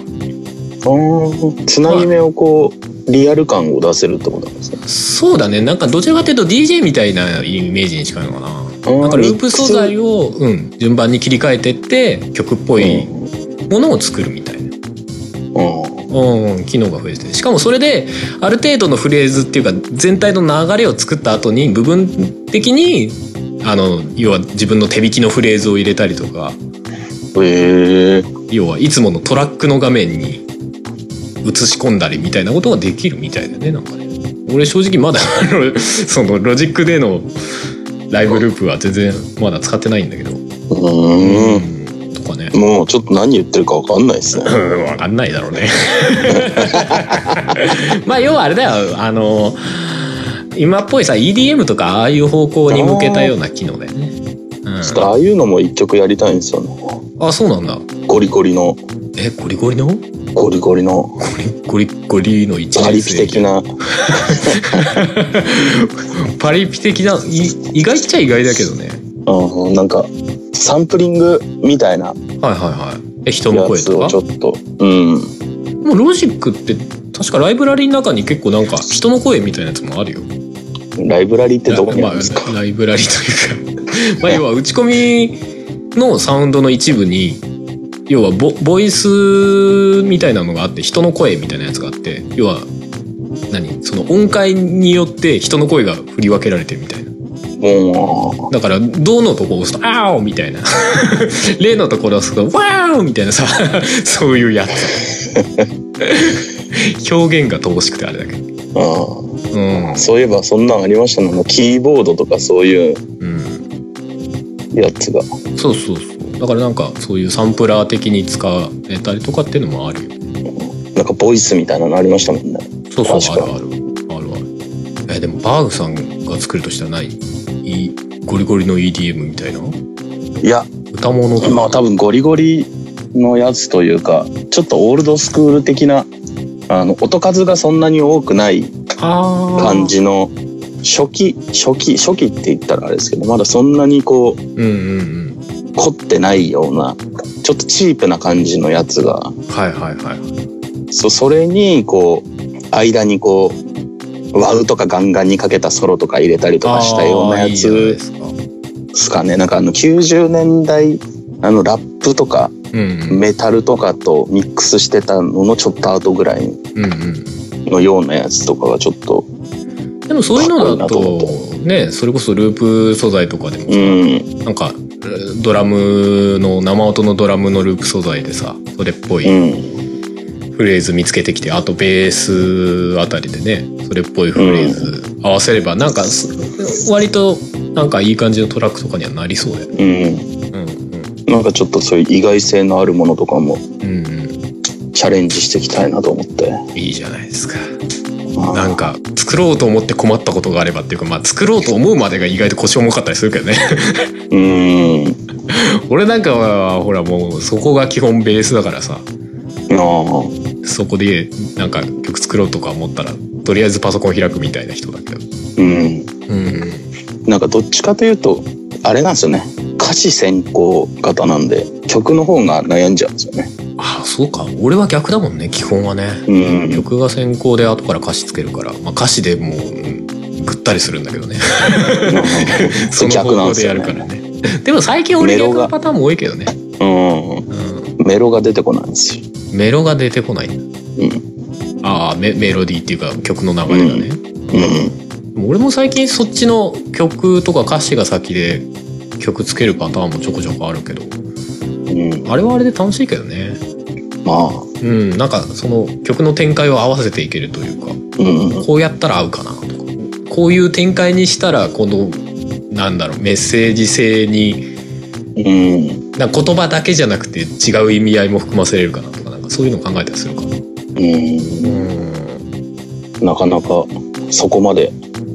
D: ああつなぎ目をこうリアル感を出せるってことなんですね。
A: そうだねなんかどちらかというと DJ みたいなイメージに近いのかな
D: うん
A: なんかループ素材を、うん、順番に切り替えてって曲っぽいものを作るみたいな
D: うん。うん
A: うん、機能が増えてしかもそれである程度のフレーズっていうか全体の流れを作った後に部分的にあの要は自分の手引きのフレーズを入れたりとか
D: ええ
A: 要はいつものトラックの画面に映し込んだりみたいなことができるみたいだねなんかね俺正直まだ (laughs) あのそのロジックでのライブループは全然まだ使ってないんだけど
D: う
A: うんとかね
D: ん。もうちょっと何言ってるかわかんないですね。
A: うん、わかんないだろうね。 (laughs) まあ要はあれだよあの今っぽいさ EDM とかああいう方向に向けたような機能だよね。うん、
D: ちょっとああいうのも一曲やりたいんですよね。
A: あ、そうなんだ。
D: ゴリゴリの、
A: え、ゴリゴリのゴ
D: ゴリゴリの、
A: リゴリゴリの一
D: パリ
A: 年
D: ピ
A: 生
D: 的な。
A: パリピ的な、い意外っちゃ意外だけどね。
D: うん、なんか、サンプリングみたいな
A: はいはいはい。え、人の
D: や
A: 声
D: つ
A: と
D: を
A: か
D: ちょ。っと。うん。
A: もうロジックって、確かライブラリーの中に結構なんか人の声みたいなやつもあるよ。
D: ライブラリーってどこにあるんですか、
A: まあ、ライブラリーというか (laughs) まあ要は打ち込みのサウンドの一部に要はボボイスみたいなのがあって人の声みたいなやつがあって要は何その音階によって人の声が振り分けられてるみたいな
D: も
A: だから「ど」のとこを押すと「あお」みたいな (laughs) 「例のところを押すと「わお」みたいなさ (laughs) そういうやつ (laughs) 表現が乏しくてあれだけど
D: う、うん
A: うん
D: そういえばそんなんありましたね。もうキーボードとかそういう
A: うん
D: やつが。
A: そうそうそうだからなんかそういうサンプラー的に使えたりとかっていうのもあるよ
D: なんかボイスみたいなのありましたもんね。
A: そうそう
D: 確
A: あ
D: か
A: るあるあるあるえでもバーグさんが作るとしたらないいゴリゴリの EDM みたいない
D: や、
A: 歌物とか、
D: まあ多分ゴリゴリのやつというか、ちょっとオールドスクール的な、あの、音数がそんなに多くない
A: あー
D: 感じの、初期、初期、初期って言ったらあれですけど、まだそんなにこう、
A: うんうんうん
D: 凝ってないような、ちょっとチープな感じのやつが、
A: はいはいはい
D: そそれにこう間にこうワウとかガンガンにかけたソロとか入れたりとかしたようなや
A: あーいい
D: つ
A: じゃないですか
D: ですかねなんかあの90年代あのラップとか
A: うんうん
D: メタルとかとミックスしてたののちょっと後ぐらい
A: うんうん
D: のようなやつとかがちょっと
A: でもそういうのだ
D: かっこいい
A: と
D: なと
A: ねそれこそループ素材とかでも
D: う
A: さ
D: ん
A: なんかえードラムの生音のドラムのループ素材でさそれっぽい
D: うん
A: フレーズ見つけてきてあとベースあたりでねそれっぽいフレーズ合わせればなんかす割となんかいい感じのトラックとかにはなりそうだよね。
D: うん
A: うんうん
D: なんかちょっとそういう意外性のあるものとかも
A: うんうん
D: チャレンジしていきたいなと思って
A: いいじゃないですか。なんか作ろうと思って困ったことがあればっていうかまあ作ろうと思うまでが意外と腰重かったりするけどね。
D: うん
A: 俺なんかはほらもうそこが基本ベースだからさ
D: なあ
A: そこでなんか曲作ろうとか思ったらとりあえずパソコン開くみたいな人だけど。
D: うん
A: うん
D: なんかどっちかというとあれなんですよね歌詞先行型なんで曲の方が悩んじゃうんですよね
A: あそうか俺は逆だもんね基本はね、
D: うん
A: 曲が先行で後から歌詞つけるから、まあ、歌詞でもう、うんぐったりするんだけ
D: (laughs)
A: どねその
D: 逆
A: 方
D: な
A: 向
D: んです
A: でや
D: よ
A: る
D: ね
A: からねでも最近俺
D: メロ
A: 逆
D: が
A: のパターンも多いけどね、
D: うん
A: うん、
D: メロが出てこないんですよ
A: メロが出てこない、ああメメロディーっていうか曲の流れがね、
D: うん
A: 俺も最近そっちの曲とか歌詞が先で曲つけるパターンもちょこちょこあるけど
D: うん
A: あれはあれで楽しいけどね
D: まあ
A: うんなんかその曲の展開を合わせていけるというか
D: うん
A: こうやったら合うかなとかこういう展開にしたらこのなんだろうメッセージ性に
D: うん
A: なんか言葉だけじゃなくて違う意味合いも含ませれるかなとかなんかそういうの考えたりするかな。
D: うん
A: うん
D: なかなかそこまで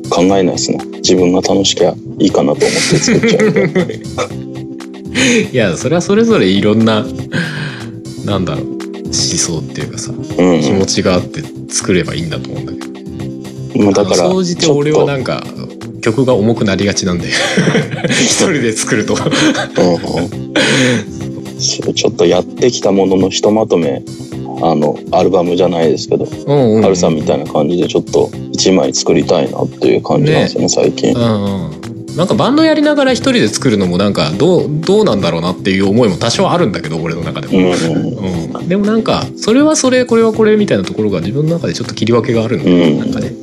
D: 考えないですね自分が楽しきゃいいかなと思って作っちゃうんで
A: いやそれはそれぞれいろんななんだろう思想っていうかさ気持ちがあって作ればいいんだと思うんだけど
D: うんまあだから
A: 総じて
D: ちょっ
A: 俺はな
D: と
A: んか曲が重くなりがち
D: (laughs)
A: なんで一人で作ると
D: うんうんそうちょっとやってきたもののひとまとめあのアルバムじゃないですけど
A: うんうん
D: ハルさんみたいな感じでちょっと一枚作りたいなっていう感じなんですよね最近
A: うんうん、なんかバンドやりながら一人で作るのもなんかどうどうなんだろうなっていう思いも多少あるんだけど俺の中で
D: う
A: も、
D: ん
A: うんでもなんかそれはそれこれはこれみたいなところが自分の中でちょっと切り分けがあるん
D: う
A: で、
D: ん
A: なんかね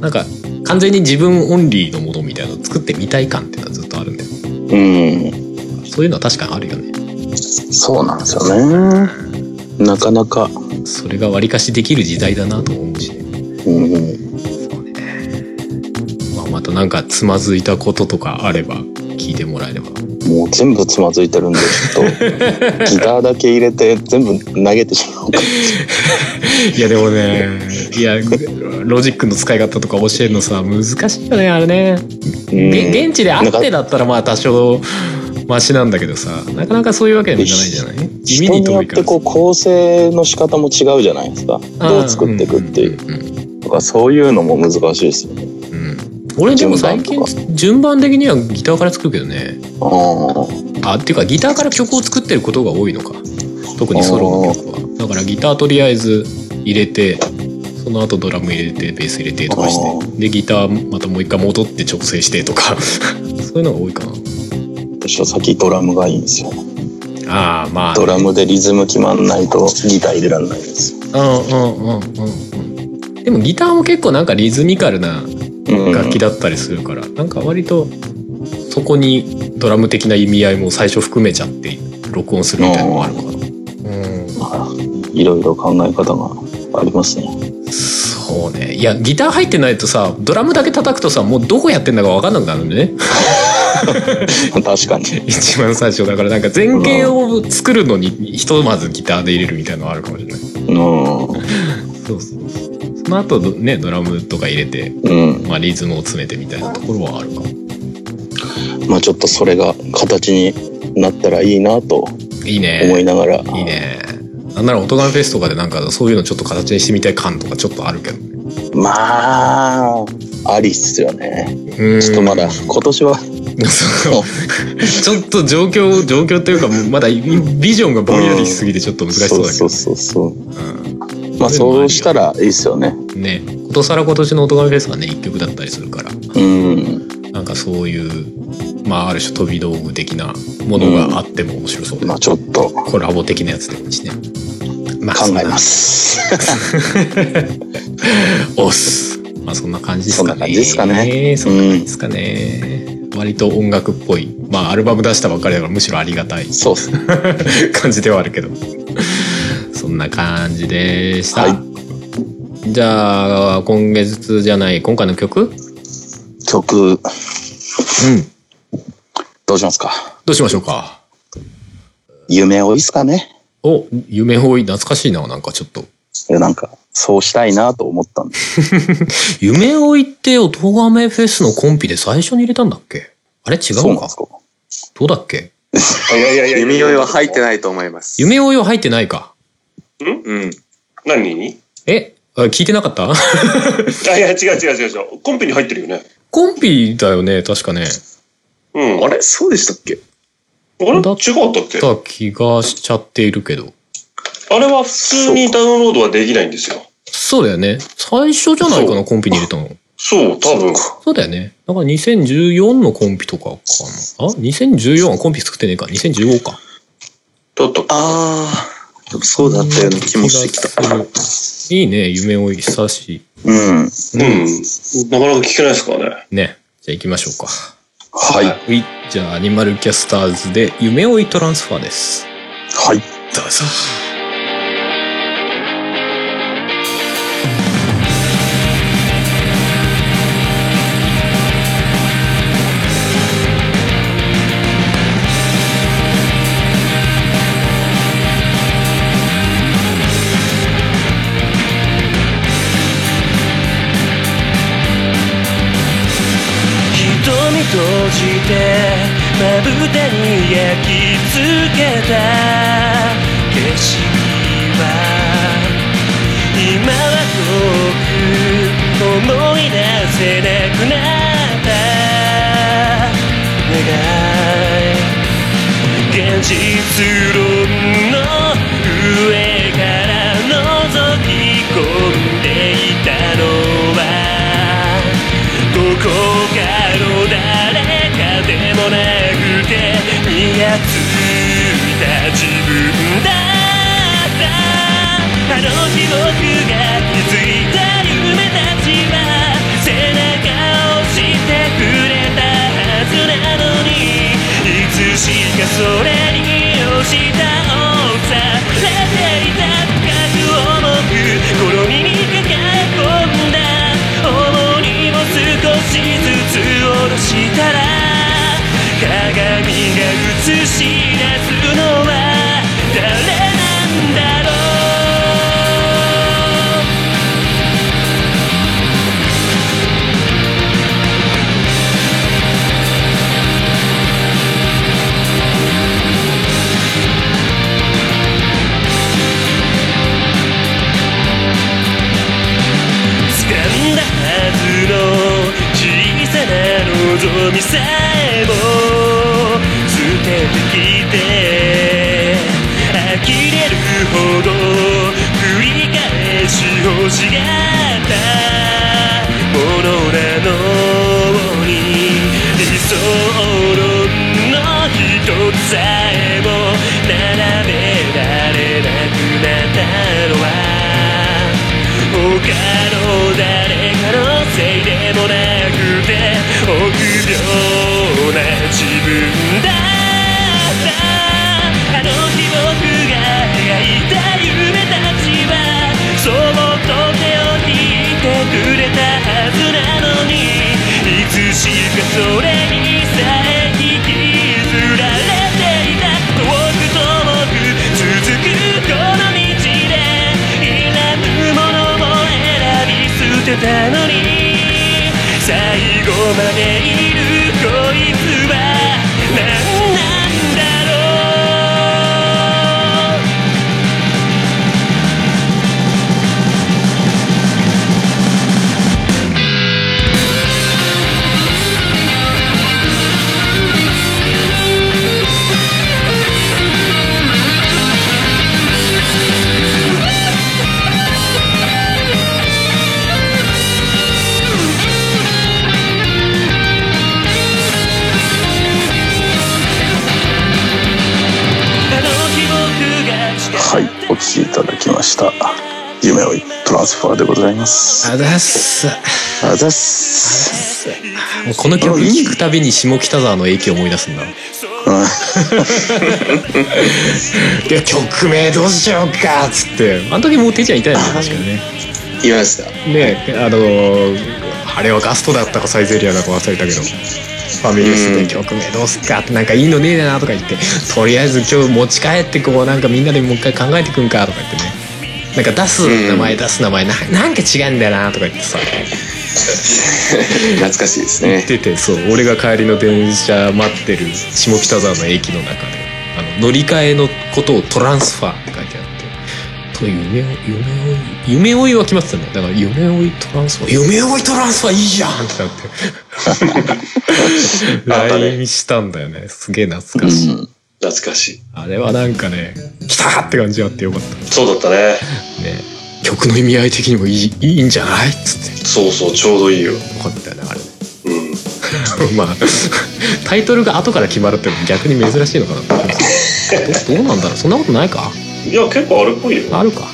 A: なんか完全に自分オンリーのものみたいなのを作ってみたい感っていうのはずっとあるんで
D: うん
A: そういうのは確かにあるよね
D: そうなんですよねなかなか、
A: それがわりかしできる時代だなと思うしね
D: うん、
A: まあ、またなんかつまずいたこととかあれば聞いてもらえれば
D: もう全部つまずいてるんでちょっとギターだけ入れて (laughs) 全部投げてしまおうか
A: いやでもねいやロジックの使い方とか教えるのさ難しいよねあれね、
D: うん
A: げ現地で会ってだったらまあ多少うマシなんだけどさなかなかそういうわけにもいかないじゃない地味
D: 人
A: に
D: によ
A: 遠
D: っ
A: いから
D: て
A: さ
D: こう構成の仕方も違うじゃないですかどう作っていくっていう
A: うんうんうん
D: とかそういうのも難しいですよね
A: うん俺でも最近
D: 順番
A: 順番的にはギターから作るけどね
D: あー
A: あっていうかギターから曲を作ってることが多いのか特にソロの曲はだからギターとりあえず入れてその後ドラム入れてベース入れてとか
D: あ
A: して
D: ー
A: でギターまたもう一回戻って調整してとか (laughs) そういうのが多いかな
D: 私は先ドラムがいいんですよ
A: ああまあ
D: ドラムでリズム決まんないとギター入れられないんですよ、
A: うんうんうんうんうんでもギターも結構なんかリズミカルな
D: うん
A: 楽器だったりするから、なんか割とそこにドラム的な意味合いも最初含めちゃって録音するみたいなのもあるのかなうん
D: いろいろ考え方がありますね
A: そうねいやギター入ってないとさドラムだけ叩くとさもうどこやってんだか分かんなくなるんでね (laughs)
D: 確かに
A: 一番最初だからなんか前傾を作るのにひとまずギターで入れるみたいなのはあるかもしれない
D: うん
A: そうそうそうその後ねドラムとか入れて、
D: うん
A: まあ、リズムを詰めてみたいなところはあるかも
D: まあちょっとそれが形になったらいいなと
A: いいね
D: 思いながら、
A: いいねなんなら「オトガメフェス」とかでなんかそういうのちょっと形にしてみたい感とかちょっとあるけどね
D: まあありっすよね
A: うん
D: ちょっとまだ今年は
A: そうちょっと状況状況というかまだビジョンがぼんやりしすぎてちょっと難しそうだけど
D: そうそうそうそう
A: うん
D: まあそうしたらいいっすよね
A: ねことさら今年の「音楽フェス」がね一曲だったりするから
D: うん
A: なんかそういうまあある種飛び道具的なものがあっても面白そうだ、
D: まあちょっと考
A: コラボ的なやつでもいいしね、まあ、
D: えますす
A: おすまあそんな感じですかね
D: そんな感じですか
A: ねそんな感じ
D: うん
A: ですかね、割と音楽っぽいまあアルバム出したばっかりだからむしろありがたい (laughs)
D: そうっすね
A: 感じではあるけどそんな感じでした、
D: は
A: じゃあ今月じゃない今回の曲
D: 曲
A: うん
D: どうしますか
A: どうしましょうか
D: 夢追いっすかね
A: お夢追い懐かしいななんかちょっと
D: いやなんかそうしたいなと思ったんで
A: 夢追いっておとがめフェスのコンピで最初に入れたんだっけあれ違う
D: そう
A: の
D: な
A: か
D: んですか
A: どうだっけ
B: いやいやい
C: 弓酔いは入って
B: い。
C: ないと思います。
A: 夢追いは入ってないか
C: うん。
B: 何に
A: えあ聞いてなかった (laughs)
B: あいや、違う違う違う違う。コンペに入ってるよね。
A: コンピだよね確かね
B: うん。
C: あ
B: あれ
C: れそうでしたっけ
B: あれ
A: だ
B: 違かったっけ
A: だ気がしちゃっているけど
B: あれは普通にダウンロードはできないんですよ。
A: そうだよね最初じゃないか
B: そ
A: なコンピに入れたの
B: そう、多分。
A: そうだよねだから2014のコンピとかかなあ2014はコンピ作ってねえか2015か
B: だったっけ
C: ああ。でもそうだったような気もしてきた。
A: 気がするいいね夢追い久しい
D: うん
B: うん。なかなか聞けないですからね。
A: ねじゃあ行きましょうか
D: はいは
A: はいじゃあアニマルキャスターズで夢追いトランスファーです
D: い
A: どうぞ
E: 瞳閉じてまぶたに焼き付けた景色は今は遠く思い出せなくなった願い現実論の上から覗き込んでいたのはどこかの誰かでもなくて見やついた自分だったあの記憶が気づいた夢たちは背中を押してくれたはずなのにいつしかそれに押したをされていた深く重くこの耳に抱え込んだ重荷を少しずつ下ろしたら鏡が映し出すのは誰なんだろう「夢を追い」みさえも捨ててきて呆れるほど繰り返し欲しがったものなのに理想論の一つさえも並べられなくなったのは他の誰かのせいでもなくて臆病な自分だったあの日僕が描いた夢たちはそっと手を引いてくれたはずなのにいつしかそれにさえ引きずられていた遠く遠く続くこの道でいらぬものも選び捨てたのに最後までいるこいつは何なんだろう
D: はいお聞きいただきました夢追いトランスファーでございます
A: あざっす
D: あざっす
A: もうこの曲聴くたびに下北沢の影響を思い出すんだ
D: うん
A: (laughs) で曲名どうしようかっつってあの時もう手じゃ痛いよね確かにね
C: 言いました
A: ねえあのーあれはガストだったかサイゼリアだか忘れたけどファミレスで曲名どうすっかってなんかいいのねえなとか言ってとりあえず今日持ち帰ってこうなんかみんなでもう一回考えてくんかとか言ってねなんか出す名前出す名前ななんか違うんだよなとか言ってさ
C: 懐かしいですね
A: 出てそう俺が帰りの電車待ってる下北沢の駅の中であの乗り換えのことをトランスファーって書いてあってと夢追い夢追い夢追いは決まってたんだよだから夢追いトランスファー夢追いトランスファーいいじゃんってなって (laughs) LINE したんだよねすげえ懐かしい、
B: 懐かしい
A: あれはなんかね来たって感じがあってよかった
B: そうだったね
A: ね曲の意味合い的にもいいいいんじゃないっつって
B: そうそうちょうどいいよ
A: よかったよねあれ
B: うん
A: (laughs) まあタイトルが後から決まるってのも逆に珍しいのかなと思いますどどうなんだろうそんなことないか
B: いや結構あれっぽいよ
A: あるか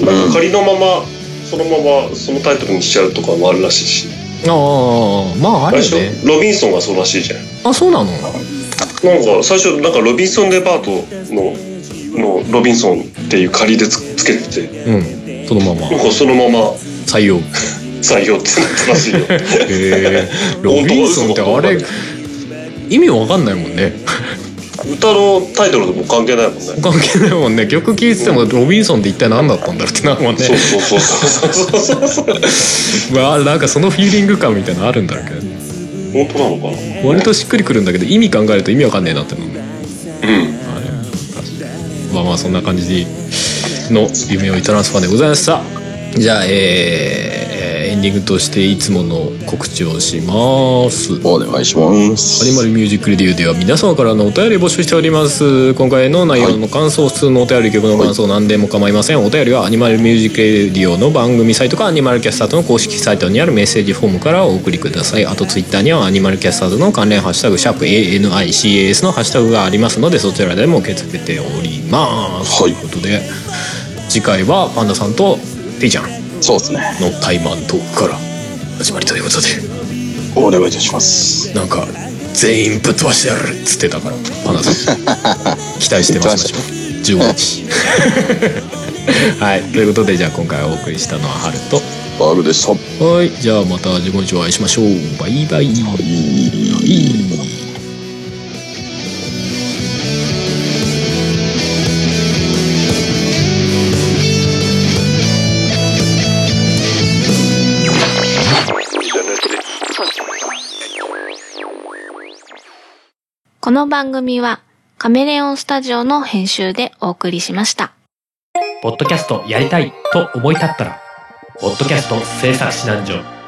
B: なんか仮のままそのままそのタイトルにしちゃうとかもあるらしいし
A: ああまああ
B: あれ
A: る
B: で
A: よ
B: しょ
A: ね
B: ロビンソンがそうらしいじゃん
A: あそうなの
B: なんか最初なんかロビンソンデパートののロビンソンっていう仮でつつけてて
A: うんそのまま
B: なんかそのまま
A: 採用へ
B: 採用ってなったらしいよ
A: え (laughs) ロビンソンってあれ意味わかんないもん (laughs) ね
B: 歌のタイトルとも関係ないもんね
A: 関係ないもんね曲聴いててもロビンソンって一体何だったんだろうってなるもんね
B: そうそうそうそうそうそうそう
A: まあなんかそのフィーリング感みたいなのあるんだろうけどね
B: (laughs) 本当なのかな
A: 割としっくりくるんだけど意味考えると意味わかんねえなってのね
B: うん
A: まあまあそんな感じの夢追いトランスファンでございましたじゃあえー、エンディングとしていつもの告知をします
D: お願いします
A: アニマルミュージックレディオでは皆様からのお便り募集しております今回の内容の感想、普通のお便り曲の感想、何でも構いませんお便りはアニマルミュージックレディオの番組サイトかアニマルキャスターとの公式サイトにあるメッセージフォームからお送りくださいあとツイッターにはアニマルキャスターとの関連ハッシュタグシャープ ANICAS のハッシュタグがありますのでそちらでも受け付けております、
D: はい
A: ということで次回はパンダさんとペイちゃん
D: そうですね
A: のタイマントークから始まりということで
D: お願いいたします
A: なんか全員ぶっ飛ばしてやるっつってたからパナさん (laughs) 期待してます私も15日はいということでじゃあ今回お送りしたのはハルト
D: バーグでした
A: はいじゃあまた15日お会いしましょうバイバイ
F: この番組はカメレオンスタジオの編集でお送りしました。
E: ポッドキャストやりたいと思い立ったら、ポッドキャスト制作指南所。